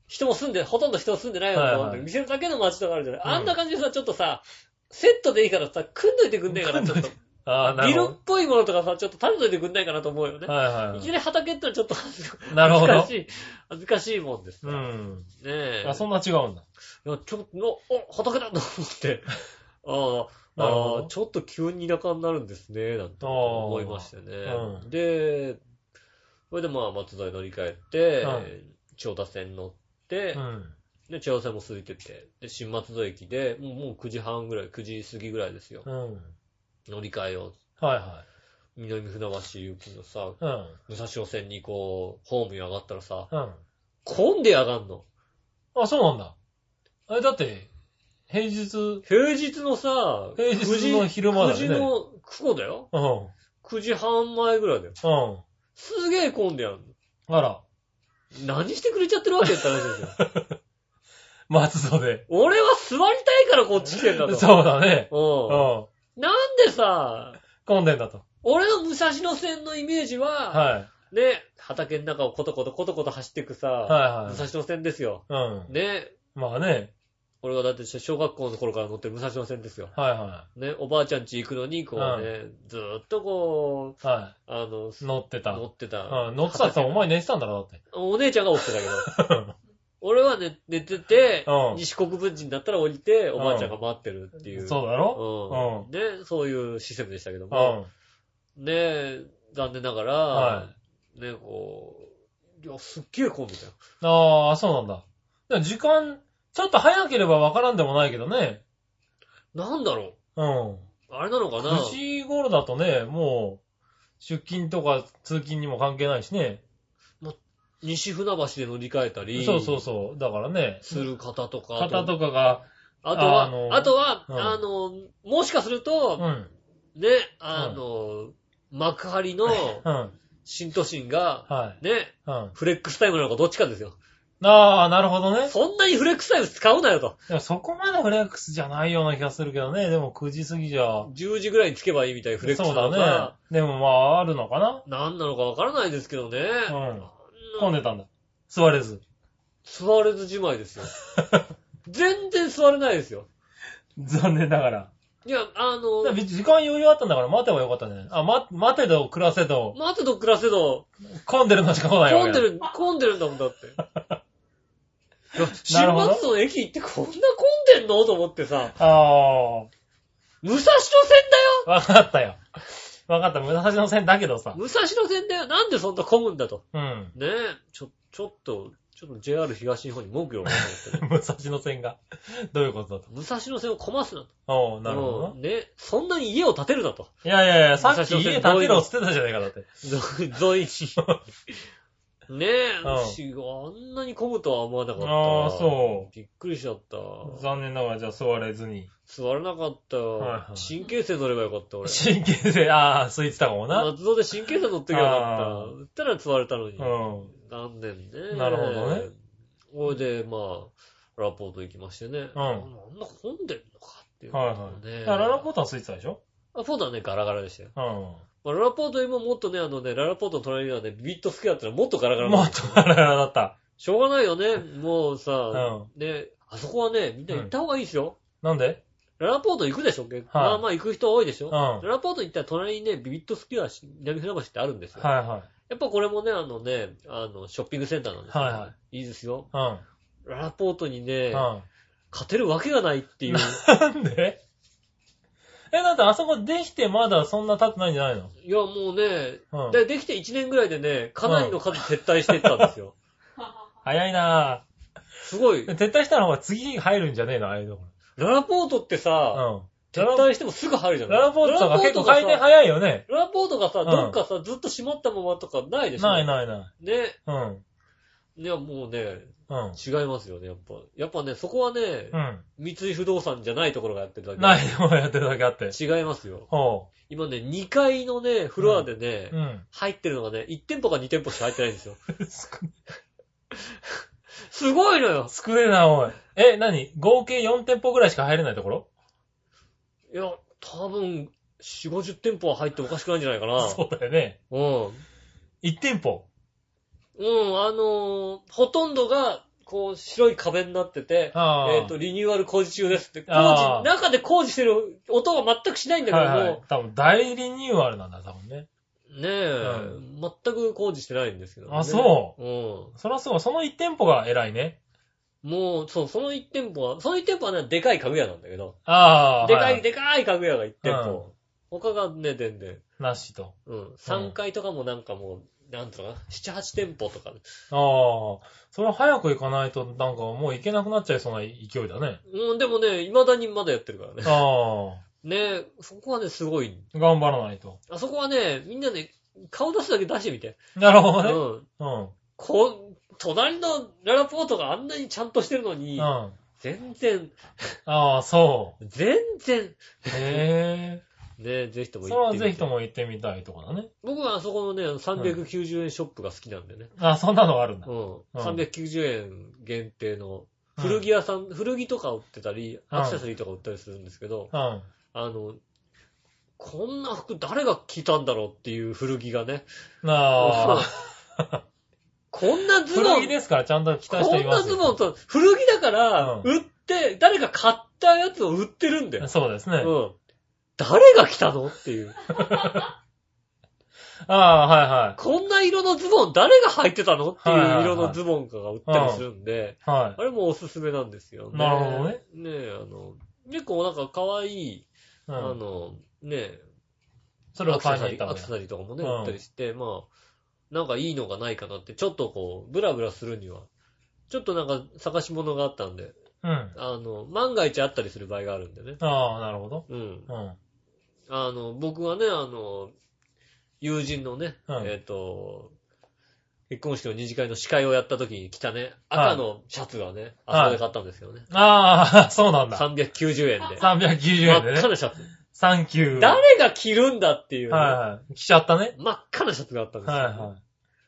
人も住んで、ほとんど人も住んでないようなとこなんだけどはいはい見せるだけの街とかあるじゃない、うんあんな感じでさ、ちょっとさ、セットでいいからさ、組んどいてくんねえかな、ちょっと。ああ、なビるルほっぽいものとかさ、ちょっと立てといてくんないかなと思うよねど。。はいはいいきなり畑ってのはちょっと恥ずかはい。なるほどし。い、恥ずかしいもんですうね。ねん。え。あ、そんな違うんだ。いや、ちょっと、お、畑だと思って、 ああ、なるほああどちょっと急に田舎になるんですね、なんてあー思いましたね。うんで、それでまあ松戸へ乗り換えて、うん千代田線乗って、うん。で、千代田線も空いてて、で、新松戸駅で、もうもう9時半ぐらい、9時過ぎぐらいですよ。うん。乗り換えを、はいは南船橋行きのさ、い。うん。武蔵野線にこう、ホームに上がったらさ、うん。混んで上がんの。あ、そうなんだ。あれ、だって、平日、平日のさ、平日の昼間だ9時よね。の、そうだよ。うん。 9時半前ぐらいだよ。うん。すげえ混んでやんの。あら、何してくれちゃってるわけって話ですよ。 松戸で。俺は座りたいからこっち来てんだと。 そうだね。う。うんなんでさ、混んでんだと。俺の武蔵野線のイメージは、はね、畑の中をコトコトコトコト走っていくい。さ、は武蔵野線ですよ。いはい。うん。ね、まあね。俺はだって小学校の頃から乗ってる武蔵野線ですよ。はいはね、おばあちゃん家行くのに、こうね、ずーっとこい。はう、あの、い。乗ってた。乗ってた。うん、乗ってたってお前寝てたんだろ、だって。お姉ちゃんが起きてたけど。 俺は寝寝ててう、ん西国分寺になったら降りて、おばあちゃんが待ってるっていう。そうだろうん。ね、そういうシステムでしたけどうも。ん。ねえ、残念ながら、はね、こう、いや、すっげえ混んでたよ。ああ、そうなんだ。でも時間、ちょっと早ければわからんでもないけどね。なんだろうん。うあれなのかな9時頃だとね、もう、出勤とか通勤にも関係ないしね。西船橋で乗り換えたり、そうそうそう。だからね、する方とか、あと方とかが、あとは、ああのとは、うんあの、もしかするうと、ん。ね、あの、幕張のうん。新都心が、はい。ね、うん。あフレックスタイムなのかどっちかですよ。あ、なるほどね。そんなにフレックスタイム使うなよと。いやそこまでフレックスじゃないような気がするけどね。でも9時過ぎじゃ。 10時ぐらいにつけばいいみたいなフレックスそなうのだかね、。でもまあ、あるのかな何なのかわからないですけどね。うん。あ混んんなでたんだ。座れず。座れずじまい ですよ。全然座れないですよ。残念ながら。いや、あだからの、別に時間余裕あったんだから待てばよかったんじゃないあ、ま、待てど暮らせど、待てと暮らせど、混んでるのしか来ないわ混んけだで。る、混んでるんだもん だって。いや週なるほど末の駅行ってこんな混んでんのと思ってさ、あ武蔵野線あ、 わかったよ。わかった。武蔵野線だけどださよ。武蔵野線だよなんでそんな混むんだと。うん。 ねえ、ちょ、ちょっと、ちょっと JR 東日本に文句言おうかなと思ってね。武蔵野線が。どういうことだと。武蔵野線をこますなと。おうなるほどなうん。ね、そんなに家を建てるなと。いやいやいや、さっき武蔵野家線建どういてうのろっつってたじゃないか、だって。ゾイシ。ねえ、うんしあんなに混むとは思わなかった。。ああ、そうびっくりしちゃった。う。残念ながらじゃあ座れずに。座れなかったよ。はいはい新京成乗ればよかった、俺。神経性、ああ、空いてたかもな。松戸で新京成乗ってきゃよかあった。売ったら座れたのに。うん。残念ね。なるほどね。これで、まあ、ラポート行きましてね。うん。あんな混んでるのかっていう。はいはい。ねだからララポートは空いてたでしょあそうだね、ガラガラでしたよ。うん。まあララポートよりももっとね、あのね、ララポートの隣にはね、ビビットスクエアってのはもっとガラガラなんもですっとガラガラだった。しょうがないよね。もううさ、ん。ね、あそこはね、みんな行った方がいいですよ。なんでララポート行くでしょ、結構。まあまあ行く人多いでしょ。うんララポート行ったら隣にね、ビビットスキュアし、南船橋ってあるんですよ。はいはい。やっぱこれもね、あのね、あの、ショッピングセンターなんですよ。。はいはいいいですよ。うん。ララポートにね、うん。勝てるわけがないって いう。なんでえ、だってあそこできてまだそんな経ってないんじゃないのいや、もうね、うんでできて1年ぐらいでね、かなりの数撤退していったんですよ。早いなすご いぁ。。撤退したらほら次入るんじゃねえのああいうとこララポートってさ、ろ。撤退してもすぐ入るじうゃん。ないララポートとか結構回転入早いよね。ララポートがさ、うんどっかさ、ずっと閉まったままとかないでしょないないなね。い。うん。いや、もうね、うん。違いますよね、やっぱ。やっぱね、そこはね、う三井不動産じゃないところがやってるだけん。ないでもやってるだけあって。違いますよ。ほ今ね、2階のね、フロアでね、う。うん。入ってるのがね、1店舗か2店舗しか入ってないんです よ。少すごいのよ少ねえな、おい。え、何合計4店舗ぐらいしか入れないところいや、多分、4、50店舗は入ってもおかしくないんじゃないかな。 そうだよね。うん。 1店舗。うん、あのーほとんどが、こう、白い壁になってて、ああ。えっ、と、リニューアル工事中ですって。工事、ああ中で工事してる音は全くしないんだけはいども、はい。多分大リニューアルなんだ、多分ね。ねえ、全く工事してないんですけど、ね。。あそううそらそう、その1店舗が偉いね。ん。もう、そう、その一店舗は、その一店舗はね、でかい家具屋なんだけど、ああ。でか、はいでかい家具屋が一店舗。他がね、全然。なしと。うん。3階とかもなんかもう、なんとかな、7、8店舗とか。ああ、それは早く行かないと、なんかもう行けなくなっちゃいそうな勢いだね。うん、でもね、未だにまだやってるからね。あねえ、そこはね、すごい。あ、頑張らないと。あそこはね、みんなね、顔出すだけ出してみて。なるほうどね。ん。うん。こう、隣のララポートがあんなにちゃんとしてるのにうん。、あ全然、あ、そ全然、う。へえ。ねえ、ぜひともそれ行っはてみて。ぜひとも行ってみたいとかだね。僕はあそこのね、390円ショップが好きなんでね。あそんなのがあるんだう。ん。うん390円限定の、うん古着屋さん、古着とか売ってたり、アクセサリーとか売ったりするんですけど、うん。あの、こんな服誰が着たんだろうっていう古着がね。なあ。こんなズボ古着ン、ですからちゃんと着たこ人いんまなすズよ。ボンと、古着だから、うん売っって、誰か買ったやつを売ってるんだよ。そうですね。うん。誰が来たのっていう。ああ、はいはこんな色のズボン誰が履いてたのっていう色のズボンかが売ったりするんで、い。はあれもおすすめなんですよね。なるほどね。ねえ、あの、結構なんか可愛い、い。うあん。の、ねえ、それアをクセ買いにサリー、行ったのアねクセサリーとかもね、うん売ったりして、まあ、なんかいいのがないかなって、ちょっとこう、ブラブラするには、ちょっとなんか探し物があったんで、うん。あの、万が一あったりする場合があるんでね。ああ、なるほど。うん。うん。あの、僕はね、あの、友人のね、うんえっ、と、結婚式の二次会の司会をやった時に着たね、赤のシャツがね、はいあそこで買ったんですけどね。ああ、そうなんだ。 390円で。 390真円でっね赤。なシャツ。 39。誰が着るんだっていうね、はいはい。来ちゃったね。真っ赤なシャツがあったんですよはね、いは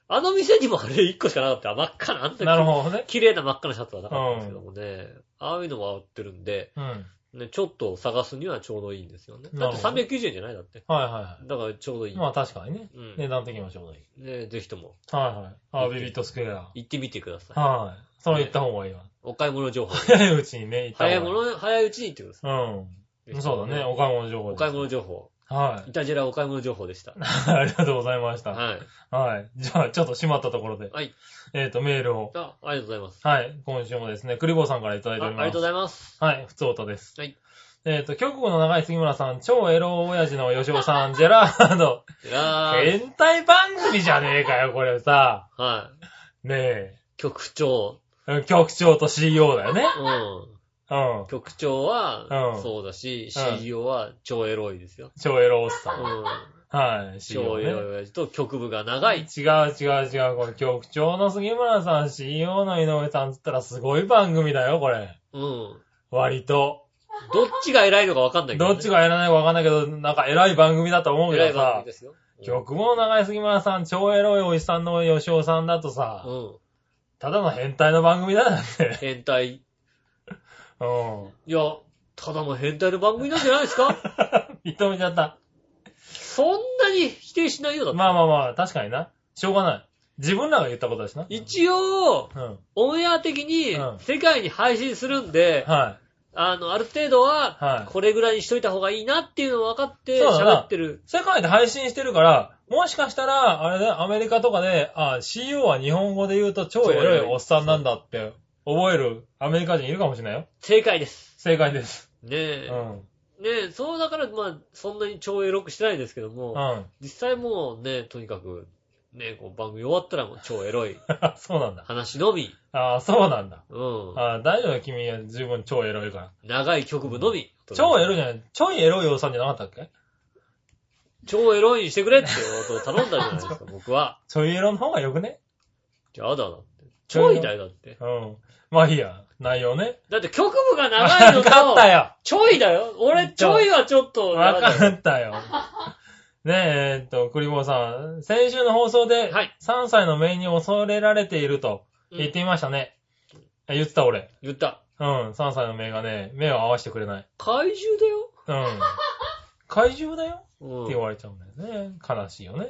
あの店にもあれ1個しかなかった。真っ赤な、あんい。ななるにほどね。綺麗な真っ赤なシャツはなかったんですけどもね。ああいうのも売ってるんで、うん。ね、ちょっと探すにはちょうどいいんですよね。だってなる390円じゃないだって。はいはだからちょうどいい。い。まあ確かにね。うん値段的にもちょうどいい。ね、ぜひともはいはい。ああ、ビビットスクエア。行ってみてください。はい。それ言った方がいいわ。お買い物情報。早いうちにね、行った方が早いもの、早いうちに行ってくださうい。ん。そうだね、。お買い物情報おです買い物情報。はいたじらお買い物情報でした。い。 ありがとうございました。はい。はい。じゃあ、ちょっと閉まったところで。はい。えっと、メールを。あ、ありがとうございます。はい。今週もですね、クリボーさんからいたあだいあておりりがまとうごす。ざいます。はい。ふつおたです。はい。えっ、と、局後の長い杉村さん、超エロ親父の吉尾さん、ジェラード。いやー。変態番組じゃねえかよ、これさ。はい。ね局長。え。局長と CEO だよね。うん。うん。局長うはん、そうだし、うん CEO は超エロいですよ。超エロおっさ。うんん。はい。超 CEO エね。ロい親父と局部が長い。違う違う違う。これ局長の杉村さん、CEO の井上さんつったらすごい番組だよ、これ。うん。ど割と。っちが偉いのか分かんないけどどね。っちがやらないかわかんないけど、なんか偉い番組だと思うけ偉いど番さ組で。すよ。曲も長い杉村さん、超エロいおじさんの吉尾さんだとうさ、ん。ただの変態の番組だよだ って。変態。うん。いや、ただの変態の番組なんじゃないですか認めちゃった。そんなに否定しないようだった。まあまあまあ、確かにな。しょうがない。自分らが言ったことだしな。一応、うん。オンエア的にうん世界に配信するんで、はあの、ある程度はいは、これぐらいにしといた方がいいなっていうのを分かってそうだな喋ってるい。。世界で配信してるから、もしかしたら、あれだよ、アメリカとかで、あ、CEO は日本語で言うと超エロいおっさんなんだって覚えるアメリカ人いるかもしれないよ。正解です。正解です。ねうえ。ん。ねえ、そうだから、まあ、そんなに超エロくしてないですけどうも、ん。実際もうね、とにかく、ね、こう番組終わったらもう超エロいそうなんだ。話のみ、ああ、そうなんだ。うん、ああ、大丈夫よ君は十分超エロいから。長い曲部のみ。超エロいいじゃないちょいエロいおっさんじゃなかったっけ超エロいにしてくれってことを頼んだじゃないですか、僕は。ちょいエロの方がよくねじゃあ、だなって。超いだよ、だって。うん。まあいいや。内容ね。だって曲部がわ長いのかったと、よちょいだよ。俺、ちょいはちょっと、わやだかよったよ。ねえ、えっと、クリボーさん。先週の放送で、はい3歳の姪に恐れられているとうん言ってみましたね。え言ってた俺。言った。うん、3歳の姪がね、目を合わせてくれない。怪獣だよ。 うん。怪獣だようんって言われちゃうんだよね。悲しいよね。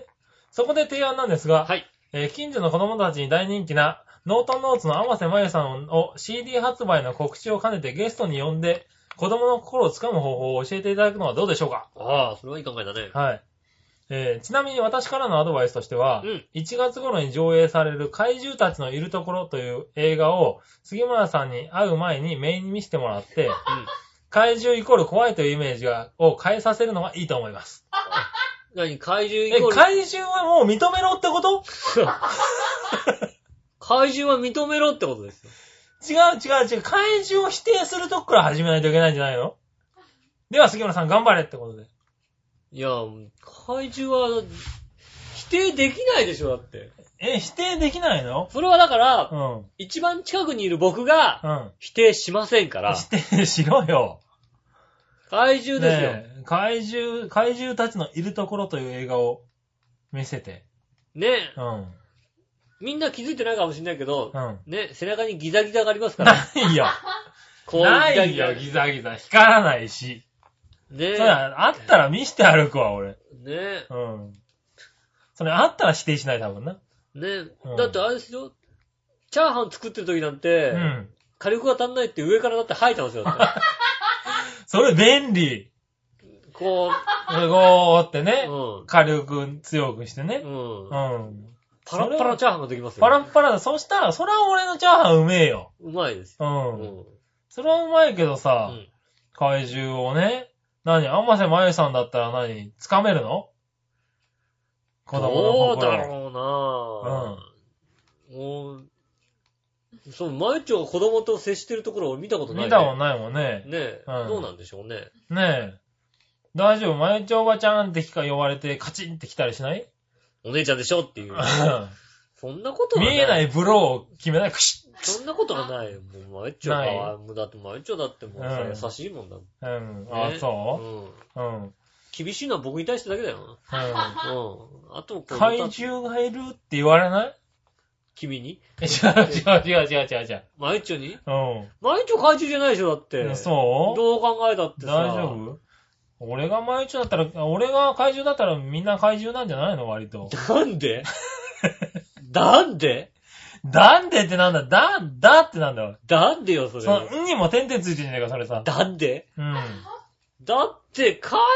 そこで提案なんですが、はいえー近所の子供たちに大人気な、ノートンノーツの天瀬まゆさんを CD 発売の告知を兼ねてゲストに呼んで、子供の心をつかむ方法を教えていただくのはどうでしょうかああ、それはいい考えだね。はい。えーちなみに私からのアドバイスとしては、うん1月頃に上映される怪獣たちのいるところという映画を杉村さんに会う前にメインに見せてもらって、怪獣イコール怖いというイメージがを変えさせるのがいいと思います。何怪獣イえコ、ール怪獣はもう認めろってこと怪獣は認めろってことですよ。違う違う違う。怪獣を否定するとこから始めないといけないんじゃないのでは、杉村さん頑張れってことで。いや、怪獣は、否定できないでしょ、だって。え、否定できないのそれはだから、うん。うん。一番近くにいる僕が、否定しませんから、否定しろよ。怪獣ですよ。ねえ怪獣、怪獣たちのいるところという映画を見せて。ねえ、うん。みんな気づいてないかもしれないけど う、ん。ね、背中にギザギザがありますから、ないよ。こうないよ、ギザギザ。光らないし。ねそれあったら見して歩くわ、俺。ねうん。それあったら否定しない、多分な。ねうんだってあれですよ、チャーハン作ってる時なんて、うん。火力が足んないって上からだって吐いたん ですよ。だっそれ便利。てこすごーってう、ね。う火力強くしてね。ん。うんう。ん。パラッパラチャーハンができますよ。パラッパラだ。そしたら、それは俺のチャーハンうめえよ。うまいですう。よ。うんん。それはうまいけどうさ、ん怪獣をね、何、甘瀬まゆさんだったら何、掴めるの子供のどうだ心を。ろうなぁ。もう、そう、毎日子供と接してるところを見たことない、ね。見たもんないもんね。ねえ、うんどうなんでしょうね。ねえ。大丈夫まゆちょおばちゃんってか呼ばれてカチンって来たりしないお姉ちゃんでしょっていう。 そんなことは。見えないいブローを決めない。クシそんなことはないよ。もう、毎日ないは、もうだって毎日はだってもうさ、うん優しいもんだもん。ッうん。あね、そううん。ううん。 うん。厳しいのは僕に対してだけだよな。 うん。あと、こうま怪た、獣がいるって言われない君にえ違う違う違う違う違う違う。毎日にうん。毎日は怪獣じゃないでしょ、だって。そうどう考えたってさ。大丈夫俺が毎日だったら、あ俺が怪獣だったらみんな怪獣なんじゃないの割と。なんでなんでなんでってなんだだ、だってなんだよ。なんでよ、それ。その、んにも点々ついてんじゃねえか、それさ。なんでうん。だって、怪獣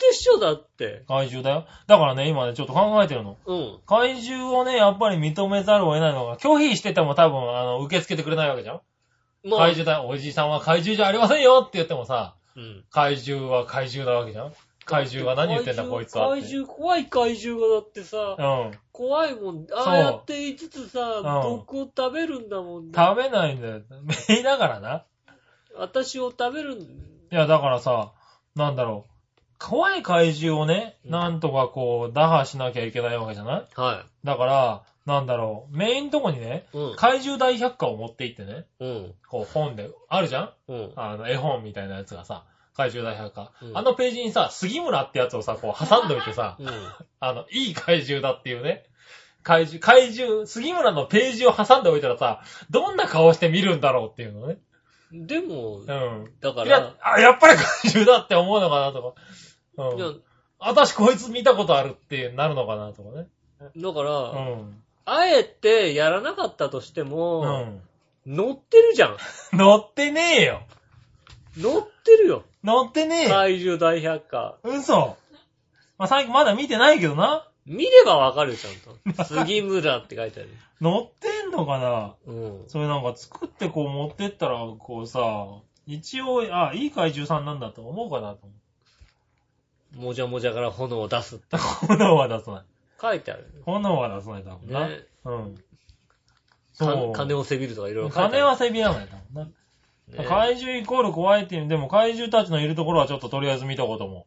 でしょ、だって。怪獣だよ。だからね、今ね、ちょっと考えてるの。うん。怪獣をね、やっぱり認めざるを得ないのが、拒否してても多分、あの、受け付けてくれないわけじゃんまあ、怪獣だ、おじさんは怪獣じゃありませんよって言ってもさ、うん。怪獣は怪獣なわけじゃん怪獣が何言ってんだこいつはって。怪獣、怖い怪獣がだってさ、うん。怖いもん。ああやって言いつつさ、ん僕を食べるんだもんね。食べないんだよ。 見ながらな。私を食べるんいや、だからさ、なんだろう。怖い怪獣をね、うんなんとかこう、打破しなきゃいけないわけじゃないはだから、なんだろう。メインとこにね、い。うん。怪獣大百科を持って行ってね、うん。こう本で、あるじゃんうん。あの、絵本みたいなやつがさ、怪獣大百科。うんあのページにさ、杉村ってやつをさ、こう挟んどい てさ、うん。あの、いい怪獣だっていうね。怪獣、怪獣、杉村のページを挟んでおいたらさ、どんな顔して見るんだろうっていうのね。でもう、ん。だかいらや、、あ、やっぱり怪獣だって思うのかなとか。ういやん。私こいつ見たことあるってなるのかなとかね。だから、うん。あえてやらなかったとしてうも、ん。乗ってるじゃん。乗ってねえよ。乗ってるよ。乗ってねえよ。怪獣大百科。嘘。まあ、最近まだ見てないけどな。見ればわかるよ、ちゃん と。杉村って書いてある。乗ってんのかなうん。それなんか作ってこう持ってったら、こうさ、一応、あ、いい怪獣さんなんだと思うかなと思もじゃもじゃから炎を出すってって。炎は出さない。書いてある。炎は出さないだろうな。ね。うん。か金を。をせびるとかいろいろ書いて金あはせびらないだろうる。な。ね怪獣イコール怖いっていう、でも怪獣たちのいるところはちょっととりあえず見たことも。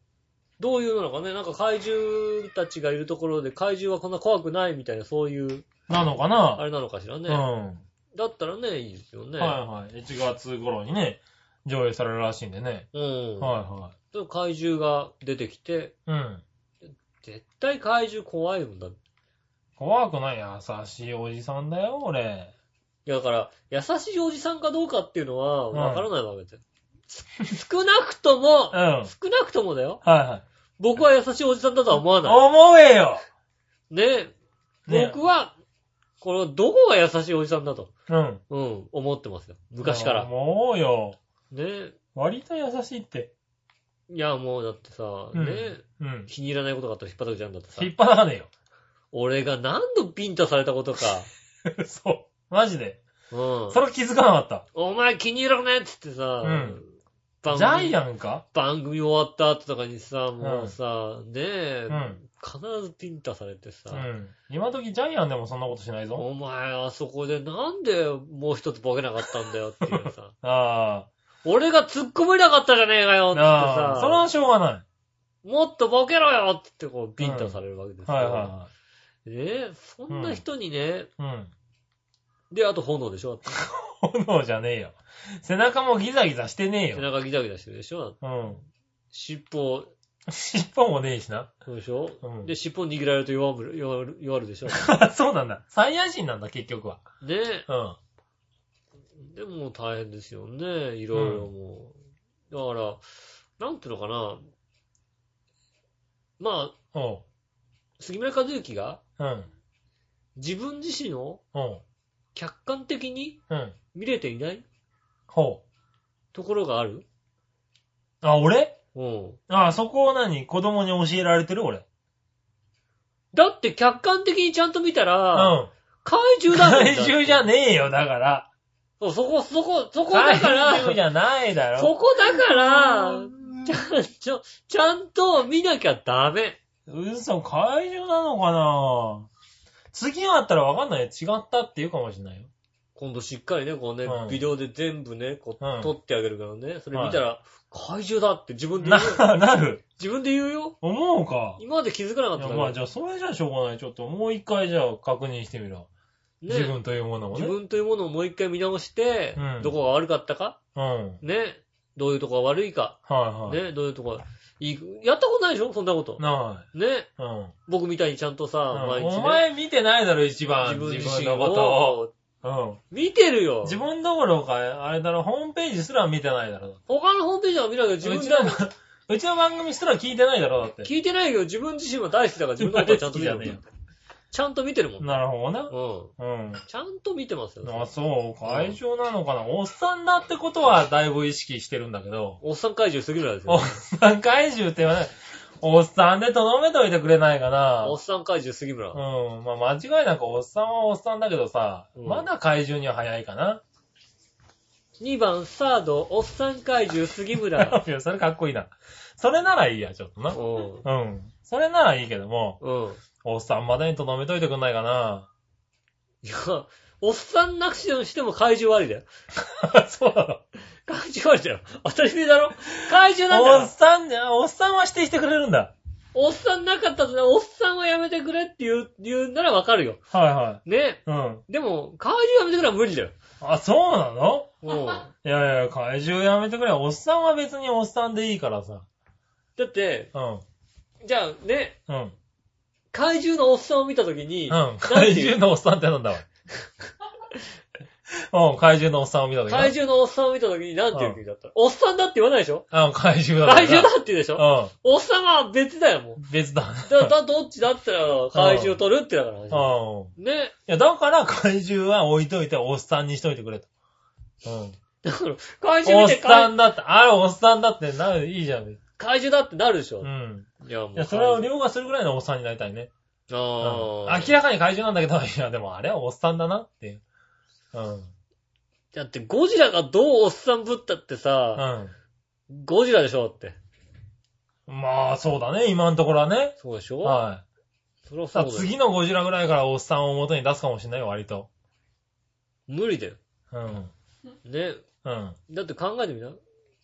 どういうのなのかね、なんか怪獣たちがいるところで怪獣はこんな怖くないみたいな、そういう、なのかあな、れなのかしらね。うだったらね、いいですよね。ん。はいはい。1月頃にね、上映されるらしいんでね。うん。はちょっと怪獣が出てきて、いはい。うん。絶対怪獣怖いもんだ。い怖くない優しいおじさんだよ、俺。やだから、優しいおじさんかどうかっていうのは、うんわからないわけで、す少なくともうん。、はい少なくともだよ。はい。僕は優しいおじさんだとは思わない。思えよねね僕は、この、どこが優しいおじさんだと、うん。うん、思ってますよ。昔から。思うよ。ね割と優しいって。いや、もうだってさ、うんねうん。気に入らないことがあったら引っ張っちゃうんだってさ引。っ張らねえよ。 俺が何度ビンタされたことか。そう。マジで。うんそ。れ気づかなかった。お前気に入らねえっつってさ、うん番組ジャイアンか番組終わった後とかにさ、もうさ、ねえ、うん必ずピンタされてさ、うん。今時ジャイアンでもそんなことしないぞ。お前あそこでなんでもう一つボケなかったんだよっていうさ、 あ俺が突っ込めなかったじゃねえかよっあ。てさああ。、それはしょうがない。もっとボケろよってってこうビンタされるわけですよ。はいはねえ、そんな人にね、いはい。うん。で、あと炎でしょ炎じゃねえよ。背中もギザギザしてねえ背よ。中ギザギザしてるでしょうん。尻尾、尻尾もねえしな。そうでしょ、うんで、尻尾握られると弱る、弱る、弱るでしょねそうなんだ。サイヤ人なんだ、結局は。え。うん。でも大変ですよね、いろいろもう。だから、なんていうのかな。まあ、おう。杉村和之がうん。自分自身をおう。客観的にうん。見れていないほう。ところがあるあ、俺うん。あ、そこを何子供に教えられてる俺。だって客観的にちゃんと見たうら、ん。怪獣だもんだ怪獣じゃねえよ、だから。そうそこ、そこ、そこ怪だから、獣じゃないだそろ。こだから、ちゃんちょ、ちゃんと見なきゃダメ。嘘、怪獣なのかな次があったらわかんないよ。違ったって言うかもしんないよ。今度しっかりね、こうね、うんビデオで全部ね、こう、うん撮ってあげるからね、それ見たら、怪獣だって自分で言うよ。な、なる。自分で言うよ。思うか。今まで気づかなかっいたやからまあじゃあそれじゃしょうがない。ちょっともう一回じゃあ確認してみろ。ね自分というものを自ね。分というものをもう一回見直して、うんどこが悪かったかうん。はいね。どういうとこが悪いか。はい。ね。どういうとこがいい。やったことないでしょそんなこと。なね。い。うん。僕みたいにちゃんとさ、毎お日ね。前見てないだろ、一番。自分自自分身のこをとを。うん。見てるよ。自分どころか、あれだろ、ホームページすら見てないだろ。他のホームページは見ないけど、うち自の 分だ、うちの番組すら聞いてないだろ、だって。聞いてないけど、自分自身は大好きだから、自分のことはちゃんと見てるもん 大好きちゃんと見てるもん。なるほどな。うん。うん。ちゃんと見てますよ。あ、そう、会場なのかな。おっさんだってことはだいぶ意識してるんだけど、おっさん怪獣杉村ですおよっ。さん怪獣って言わない。おっさんでとどめといてくれないかなおっ。さん怪獣杉村。うん。まあ、間違いなくおっさんはおっさんだけどさ、うんまだ怪獣には早いかな。 2番サード、おっさん怪獣杉 村。いやそれかっこいいな。それならいいや、ちょっとな。うん。うん。それならいいけども、うん。おっさんまでにとどめといてくんないかな。いや、おっさんなくしても怪獣ありだよ。 そうだろ。怪獣ありだよ。当たり前だろ怪獣なんだおよっ。さんじゃ、おっさんは指定してくれるんだ。おっさんなかったとね、おっさんはやめてくれって言う、言うならわかるよ。はいはね。い。うん。でも、怪獣やめてくれは無理だよ。あ、そうなのうん。いやいや、怪獣やめてくれ。おっさんは別におっさんでいいからさ。だって、うん。じゃあね、うん。怪獣のおっさんを見たときに、うん。なんてい怪う獣のおっさんってなんだ おいうん、怪獣のおっさんを見たとき怪獣のおっさんを見たときに何て言う気だったおっさんだって言わないでしょうん、怪獣だ。怪獣だって言うでしょだおっさんは別だよ、もうう。ん。別だ。だ、だ、どっちだったら怪獣取るってだからうねん。い。ね。や、だから怪獣は置いといておっさんにしといてくれと。うん。だから、怪お獣っ見てさ怪んだって、あれおっさんだってなる、いいじゃん。う怪獣だってなるでしょ。ん。いや、もう。いや、それを怪凌駕するぐらいのおっさんになりたいね。うん獣ああ。明らかに怪獣なんだけど、いや、でもあれはおっさんだなっていう。うん。だって、ゴジラがどうおっさんぶったってさ、ゴジラでしょって。うん。まあ、そうだね、今のところはね。そうでしょは。それはいそさうあ、だよ次のゴジラぐらいからおっさんを元に出すかもしれないよ、割と。無理だよ。うん。ね。うん。だって考えてみな。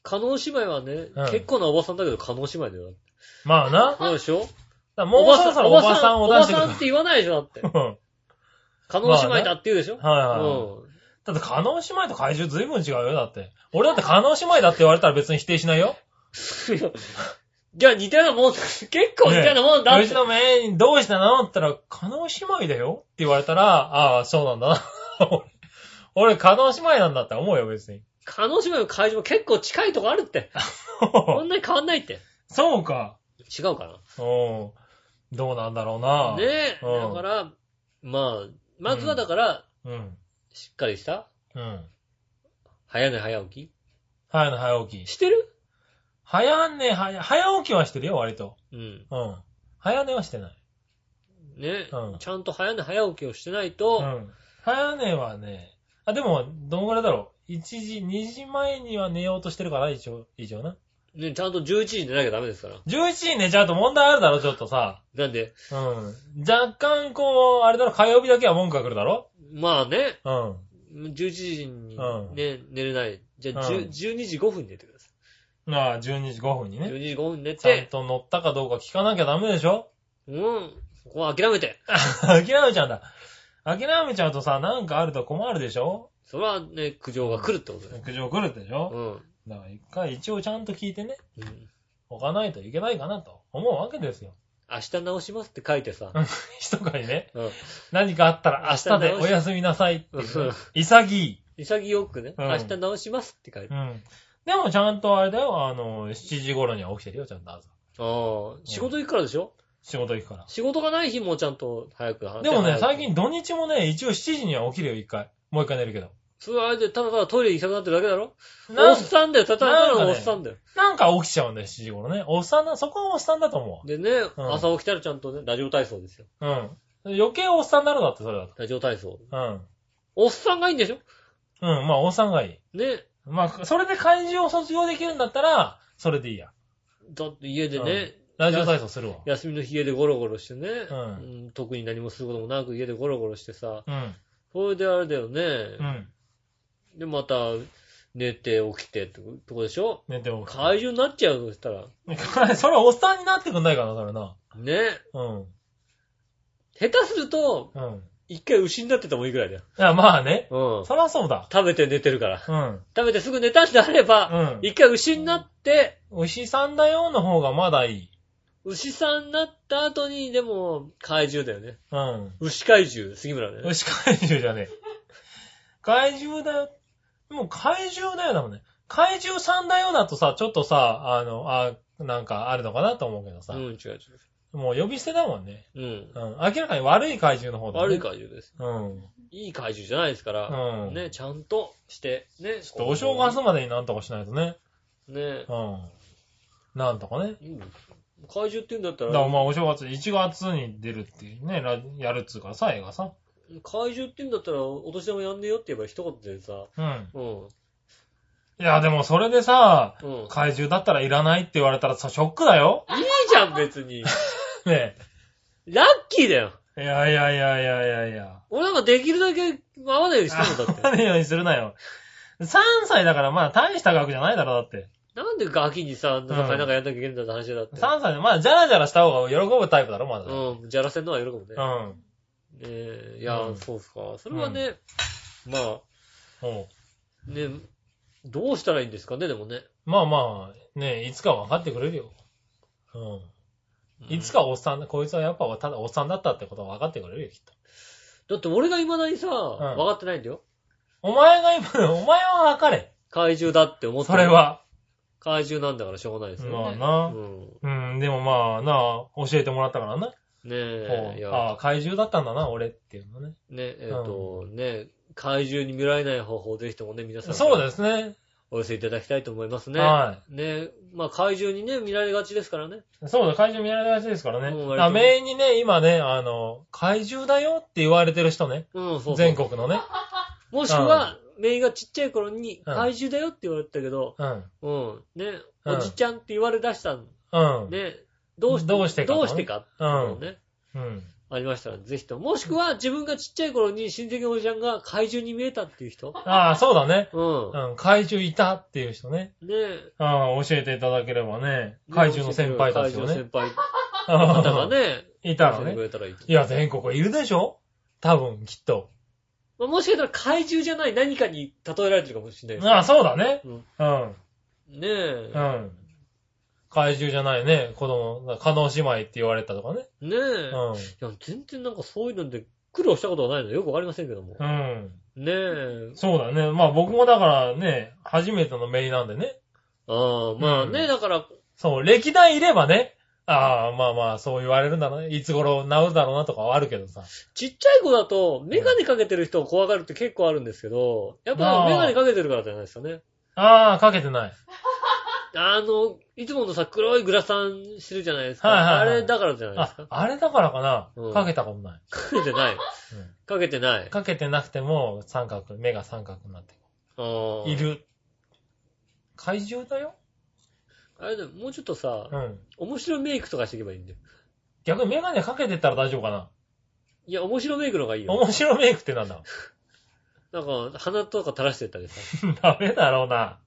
カノ姉妹はね、うん結構なおばさんだけどカノ姉妹だよ。まあな。だかそうでしょらもうそろそろおばさんおをばさ出してんくおばるさんって言わないでしょだって。 うん。はいカノ姉妹だって言うでしょ、はい。だって、カノン姉妹と怪獣ずいぶん違うよ、だって。俺だってカノン姉妹だって言われたら別に否定しないよ。うん。 じゃあ似たようなもん、結構似たようなもんだっうて。ちのメインどうしたのって言ったら、カノン姉妹だよって言われたら、ああ、そうなん だな。俺俺、カノン姉妹なんだって思うよ、別に。カノ姉妹の会場も結構近いとこあるって。こんなに変わんないって。そうか。違うかうん。どうなんだろうな。な。ねえ。うだんから、まあ、まずはだから、うん。しっかりした、うん。早寝早起早寝早起き。き。してる早寝早、早起きはしてるよ、割と。うん。うん。早寝はしてない。ね、うんちゃんと早寝早起きをしてないと、うん。早寝はね、あ、でも、どんぐらいだろう。1時、2時前には寝ようとしてるから、一応、以上な。ね、ちゃんと11時に寝なきゃダメですから。 11時に寝ちゃうと問題あるだろ、ちょっとさ。なんで、うん。若干、こう、あれだろ、火曜日だけは文句が来るだろまあね、うん。 11時にうんね、寝れない。じゃあ、うん10 12時5分に寝てくださまあ、12時5分にい。ね。 12時5分に寝ちゃんて、と乗ったかどうか聞かなきゃダメでしょ うん、ここは諦めて。諦めちゃうんだ。諦めちゃうとさ、なんかあると困るでしょそれはね、苦情が来るってことだよ。苦情来るでしうょん。だから一回一応ちゃんと聞いてね、うん置かないといけないかなと思うわけですよ。明日直しますって書いてさ。密かにね、うん。何かあったら明日でおやすみなさいっていううん潔い。潔くね、うん明日直しますって書いて。うん。でもちゃんとあれだよ、あの、7時頃には起きてるよ、ちゃんと朝。ああ、仕事行くからでしょ仕事行くから。仕事がない日もちゃんと早くでもね、最。手近土日もね、一応7時には起きるよ、一回。もう一回寝るけど。それはあれで、ただただトイレ行きたくなってるだけだろなおんっさんだよ、ただただのおっさんだよ。なんか起きちゃうんだよ、7時頃ね。おっさんな、そこはおっさんだと思でね、ん朝起きたらちゃんとね、ラジオ体操ですよ。う。うん。余計おっさんになるだって、それだと。ラジオ体操。うん。おっさんがいいんでしょうん、まあ、おっさんがいい。ね。まあ、それで怪獣を卒業できるんだったら、それでいいや。だって家でね、ラジオ体操するわ。休みの日家でゴロゴロしてね、うんうん特に何もすることもなく家でゴロゴロしてさ、うん。それであれだよね、うん。で、また寝て起きてってとこでしょ寝ておく。怪獣になっちゃうよ、そしたら。 それはおっさんになってくんないかな、それな。ね。うん。下手すると、うん。一回牛になっててもいいぐらいだよ。いや、まあね。うん。そらそうだ。食べて寝てるから。うん。食べてすぐ寝たんであれば、うん。一回牛になって、牛さんだよの方がまだいい。牛さんになった後に、でも、怪獣だよね。うん。牛怪獣、杉村だよね。牛怪獣じゃねえ。怪獣だよ。もう怪獣だよだもんね。怪獣さんだよだとさ、ちょっとさ、あの、あ、なんかあるのかなと思うけどうさん、。違うもう呼び捨てだもんね。違う。うん。うん。明らかに悪い怪獣の方だ、ね。悪い。怪獣です。うん。いい怪獣じゃないですから、うん。ね、ちゃんとして、ね。ちょっとお正月までになんとかしないとね。ね。うん。なんとかね。うん怪獣って言うんだっただら、からまあお正月、1月に出るっていうね、ラやるっつうからさ、映画さ。怪獣って言うんだったら、お年玉やんねえよって言えば一言でさ、うん。うん。いや、でもそれでさ、うん。怪獣だったらいらないって言われたらさ、ショックだよ。いいじゃん、別 に。ねラッキーだよ。え。いやいやいやいやいやいや。俺なんかできるだけ合わないようにしてるんだっ食て。べるようにするなよ。3歳だからまあ大した額じゃないだろ、だって。なんでガキにさ、なんかなんかやんなきゃいけないんだって話だって。 3歳で、まあ、じゃらじゃらした方が喜ぶタイプだろ、まだね。うん、じゃらせんのは喜ぶね。うん。ねえ、いや、うんそうっすか。それはね、まあ、うん。ね、どうしたらいいんですかね、でもね。まあまあ、ねえ、いつか分かってくれるよ。うん。いつかおっさんだ、こいつはやっぱただおっさんだったってことは分かってくれるよ、きっと。だって俺が未だにさ、ん分かってないんだよ。お前が今、お前は分かれ。怪獣だって思ってそれ。は。怪獣なんだからしょうがないですよまあね。うな。ん。うん、でもまあな、教えてもらったからな。ねこえ、いうあや、あ、怪獣だったんだな、俺っていうのね。ねえ、えっ、と、ね怪獣に見られない方法ぜひともね、皆さん。。そうですすね。お寄せいただきたいと思いますね。はねまあ怪獣にね、見られがちですからね。い。そうだ、怪獣見られがちですからね。うんだからメインにね、今ね、あの、怪獣だよって言われてる人ね。うん、そうそう全国のね。もしくは、メイがちっちゃい頃に、うん怪獣だよって言われてたけど、うん。うん、ね、うんおじちゃんって言われ出したんうん。で、どうして、どうしてかとどねうしてかってういうのをん。ね、うん。ありましたら、ぜひとも。もしくは、自分がちっちゃい頃に親戚のおじちゃんが怪獣に見えたっていう人ああ、そうだね。うん。うん、怪獣いたっていう人ね。ねえ。ああ、教えていただければね、怪獣の先輩たちを怪獣のね。先輩あ方が あね、いた教えてらくね。れたらいいと。いや、全国いるでしょ多分、きっと。まあもしかしたら怪獣じゃない何かに例えられてるかもしれないああ、そうだね。ううんん。うん。ねえ。怪獣じゃないね、子供、カノ姉妹って言われたとかね。ねえ。うん。いや、全然なんかそういうので苦労したことはないのでよくわかりませんけども。うん。ねえ。そうだね。まあ僕もだからね、初めてのメイなんでね。ああ、まあね、うんだから、そう、歴代いればね、ああ、まあまあ、そう言われるんだろうね。いつ頃治るだろうなとかはあるけどさ。ちっちゃい子だと、メガネかけてる人を怖がるって結構あるんですけど、やっぱあーメガネかけてるからじゃないですかね。ああ、かけてない。あの、いつものさ、黒いグラサンしてるじゃないですか。はいはいはいあれだからじゃないですあか、。あれだからかな。うんかけたことない。かけてない。かけてない。かけてなくても、三角、目が三角になってあーる。い。る。怪獣だよあれだよ、もうちょっとさ、うん。面白メイクとかしていけばいいんだよ。逆にメガネかけてたら大丈夫かないや、面白メイクの方がいいよ。面白メイクってなんだなんか、鼻とか垂らしてったりさ。 ダメだろうな。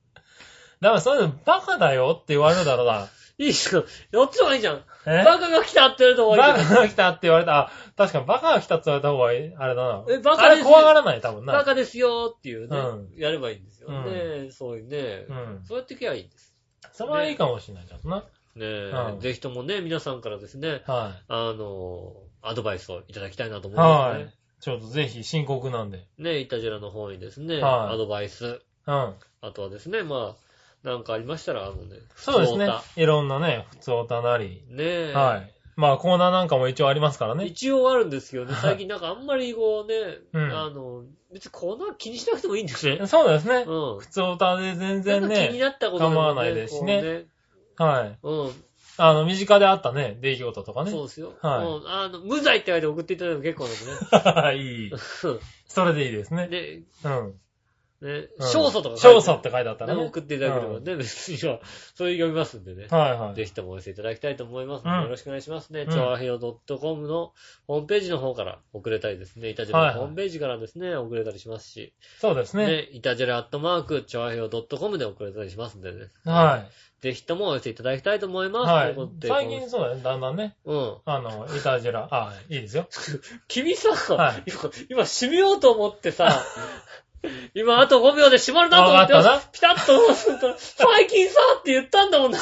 だからそういうのバカだよって言われるだろうな。いいじゃん。やっちゃいいじゃん。えバカが来たってやるとバ終わりカが来たって言われた。あ、確かにバカが来たって言われた方がいい。あれだな。えバカあでれす怖がらない、多分バな。カですよーっていうね、うやればいいんですよ。うんねえそういうね、うん。そうやっていけばいいんです。それはいいかもしれない、ちょっとな。ねえ、うんぜひともね、皆さんからですね、はあの、アドバイスをいただきたいなとい。思うんはですね。い。ちょっとぜひ深刻なんで。ねえ、イタジェラの方にですね、はいアドバイス、うん。あとはですね、まあ、なんかありましたら、あのね、そうです普通ね歌。いろんなね、普通おたなり。ねえ、はい。まあコーナーなんかも一応ありますからね。一応あるんですけどね、最近なんかあんまりこうね、うんあの、別にコーナー気にしなくてもいいんですね。そうですね。うん。普通歌で全な然んか気にね、なったことも構わないですしねはい。こうねあの、身近であったね、出来事とかうん。ねそ。うですよ。はいうんあの、無罪って書いて送っていただいても結構な いい。のそれでいいですね。ね。 で、うん。ね、勝訴とか書いてある勝訴って書いてあったらねね。送っていただければね、別には、そういう読みますんでね。はいはい。ぜひともお寄せいただきたいと思いますのうで、んよろしくお願いしますね。んちょわひろ .com のホームページの方から送れたりですね、イタジェラのホームページからですね、送れたりしますし、そうですね。ね、イタジェラアットマーク、ちょわひろ .com で送れたりしますんでね。はい。ぜひともお寄せいただきたいと思います。はといいうこと。で最近、そうだね、だんだんね。うん。あの、イタジェラ、あ、いいです よ。君さ、はい今、今締めようと思って さ、今あと5秒で締まるなと思ってあわかったピタッと思うと、最近さって言ったんだもんな。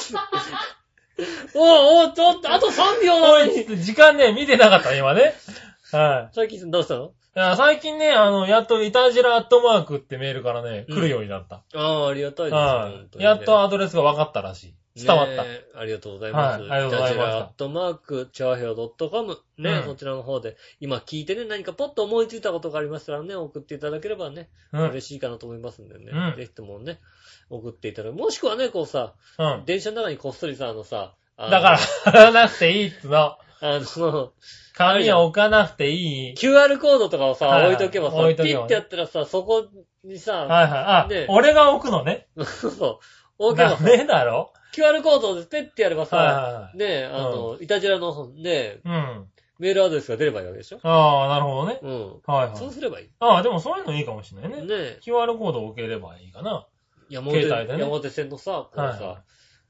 おうおう、ちょっと、あと3秒おなのいに。、時間ね、見てなかったね、今ね。は最近どうしたのいいや。最近ね、あの、やっとイタジェラアットマークってメールからね、うん来るようになった。ああ、ありがたいです。本は当い。にねやっとアドレスが分かったらしい。伝わっねた。えありがとうございます。はいありがとうございましたジャジラアットマーク、チャーヘオ .com ね、うんそちらの方で、今聞いてね、何かポッと思いついたことがありましたらね、送っていただければね、うん。うん。嬉しいかなと思いますんでね、うんぜひともね、送っていただく。もしくはね、こうさ、だ電車の中にこっそりさ、あのさ、あのから、 なくていいっつの。あの、 紙を置かなくていい。 QR コードとかをさ、はいはい置いとけばさ、置いとピけばッねてやったらさ、そこにさ、はいはい。であ、俺が置くのね。そう、置けばダさ、メだろ QR コードでペッてやればはいさ、はいはい。ねえ、あの、イタジラの、ねえ、うん。メールアドレスが出ればいいわけでしょああ、なるほどね。うん。はいはそうい。すればいい。ああ、でもそういうのいいかもしれないね。ねえ、 QR コードを置ければいいかな。山手、携帯でね山手線のさ、こうはいはさ、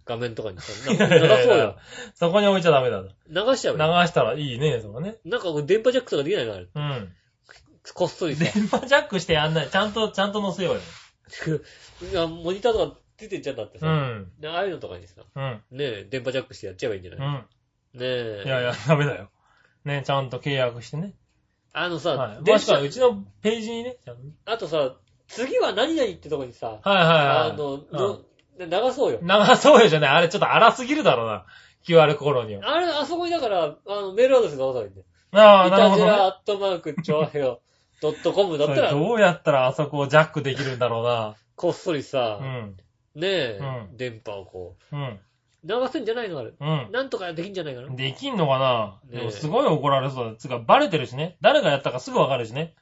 画面とかにさ、なん か流そうよ。そこに置いちゃダメだな。流しちゃう流よ。したらいいね、そのね。なんかこう電波ジャックとかできないのあれ。うん。こっそりさ電。波ジャックしてやんない。ちゃんと、ちゃんと載せようよ。いやモニターとか出てっちゃうんだってうさ。ん。でああいうのとかにさ、うん。ねえ、電波ジャックしてやっちゃえばいいんじゃうないん。ねえ。いやいや。、ダメだよ。ね、ちゃんと契約してね。あのはさ、い。も電しくは、車、うちのページにね。ちゃんとあとさ、次は何々ってとこにさ、はいはいはい。あの、の流そうよ。流そうよじゃない。あれちょっと荒すぎるだろうな。QR コードには。あれ、あそこにだから、あの、メールアドレスがわざわざいいんだよああ、イなるタほジど、ラね。アットマーク、長平ドットコムだそったれら、どうやったらあそこをジャックできるんだろうこっそりな。うさ、ん。ねえう、電波をこうん。う、流せんじゃないのあれ。う。。なんとかできんじゃないかなんできんのかなねえでもすごい怒られそうだ。つうか、バレてるしね。誰がやったかすぐわかるしね。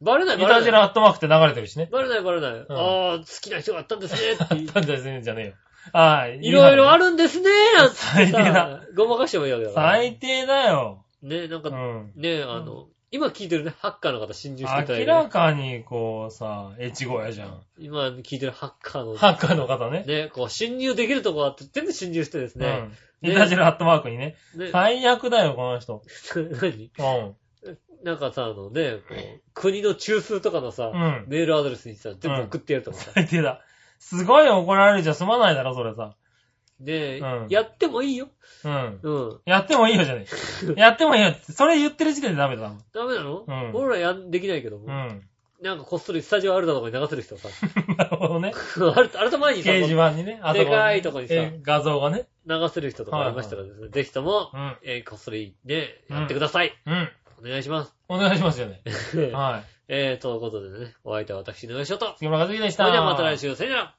バレない、イバタジレェない。ラアットマークって流れてるしね。バレない、バレない。ああ、好きな人があったんですね ってなんだよ全然じゃねえよ。はい。いろいろある。るんですねなんつって最 低ださ、ごまかしてもいいわけ だから。ね最低だよ。え、なんうか、ん。ねえ、あの、今聞いてるね、ハッカーの方侵入していただい明てらね、かに、こうさ、越後やじゃん。今聞いてるハッカーの、ハッカーの方ね。ね、こう侵入できるとこがあって、全部侵入してですね、うん。イタジェラアットマークにね。ね、最悪だよ、この人。 何うん。なんかさ、あのね、こう、国の中枢とかのさ、うん。メールアドレスにさ、全部送ってやるとかさ。最低だ。すごい怒られるじゃ済まないだろ、それさ。で、うんやってもいいよ。うん。うん。やってもいいよじゃねえ。やってもいいよって、それ言ってる時点でダメだもん。ダメなの、うん俺らやん、できないけども、うん。なんかこっそりスタジオあるだとかに流せる人さ、 なるほどね。ある、あると前に掲さ、示流板にね、あでかいとこにさえ画像がね。せる人とかありましたらですね、ぜひとも、うん。えーこっそりね、うんやってください。うん。お願いし ます。お願いしますよね。はい。えー、ということでね、お相手は私、井上翔と。杉村和樹でしそた。れではまた来週、さよなら。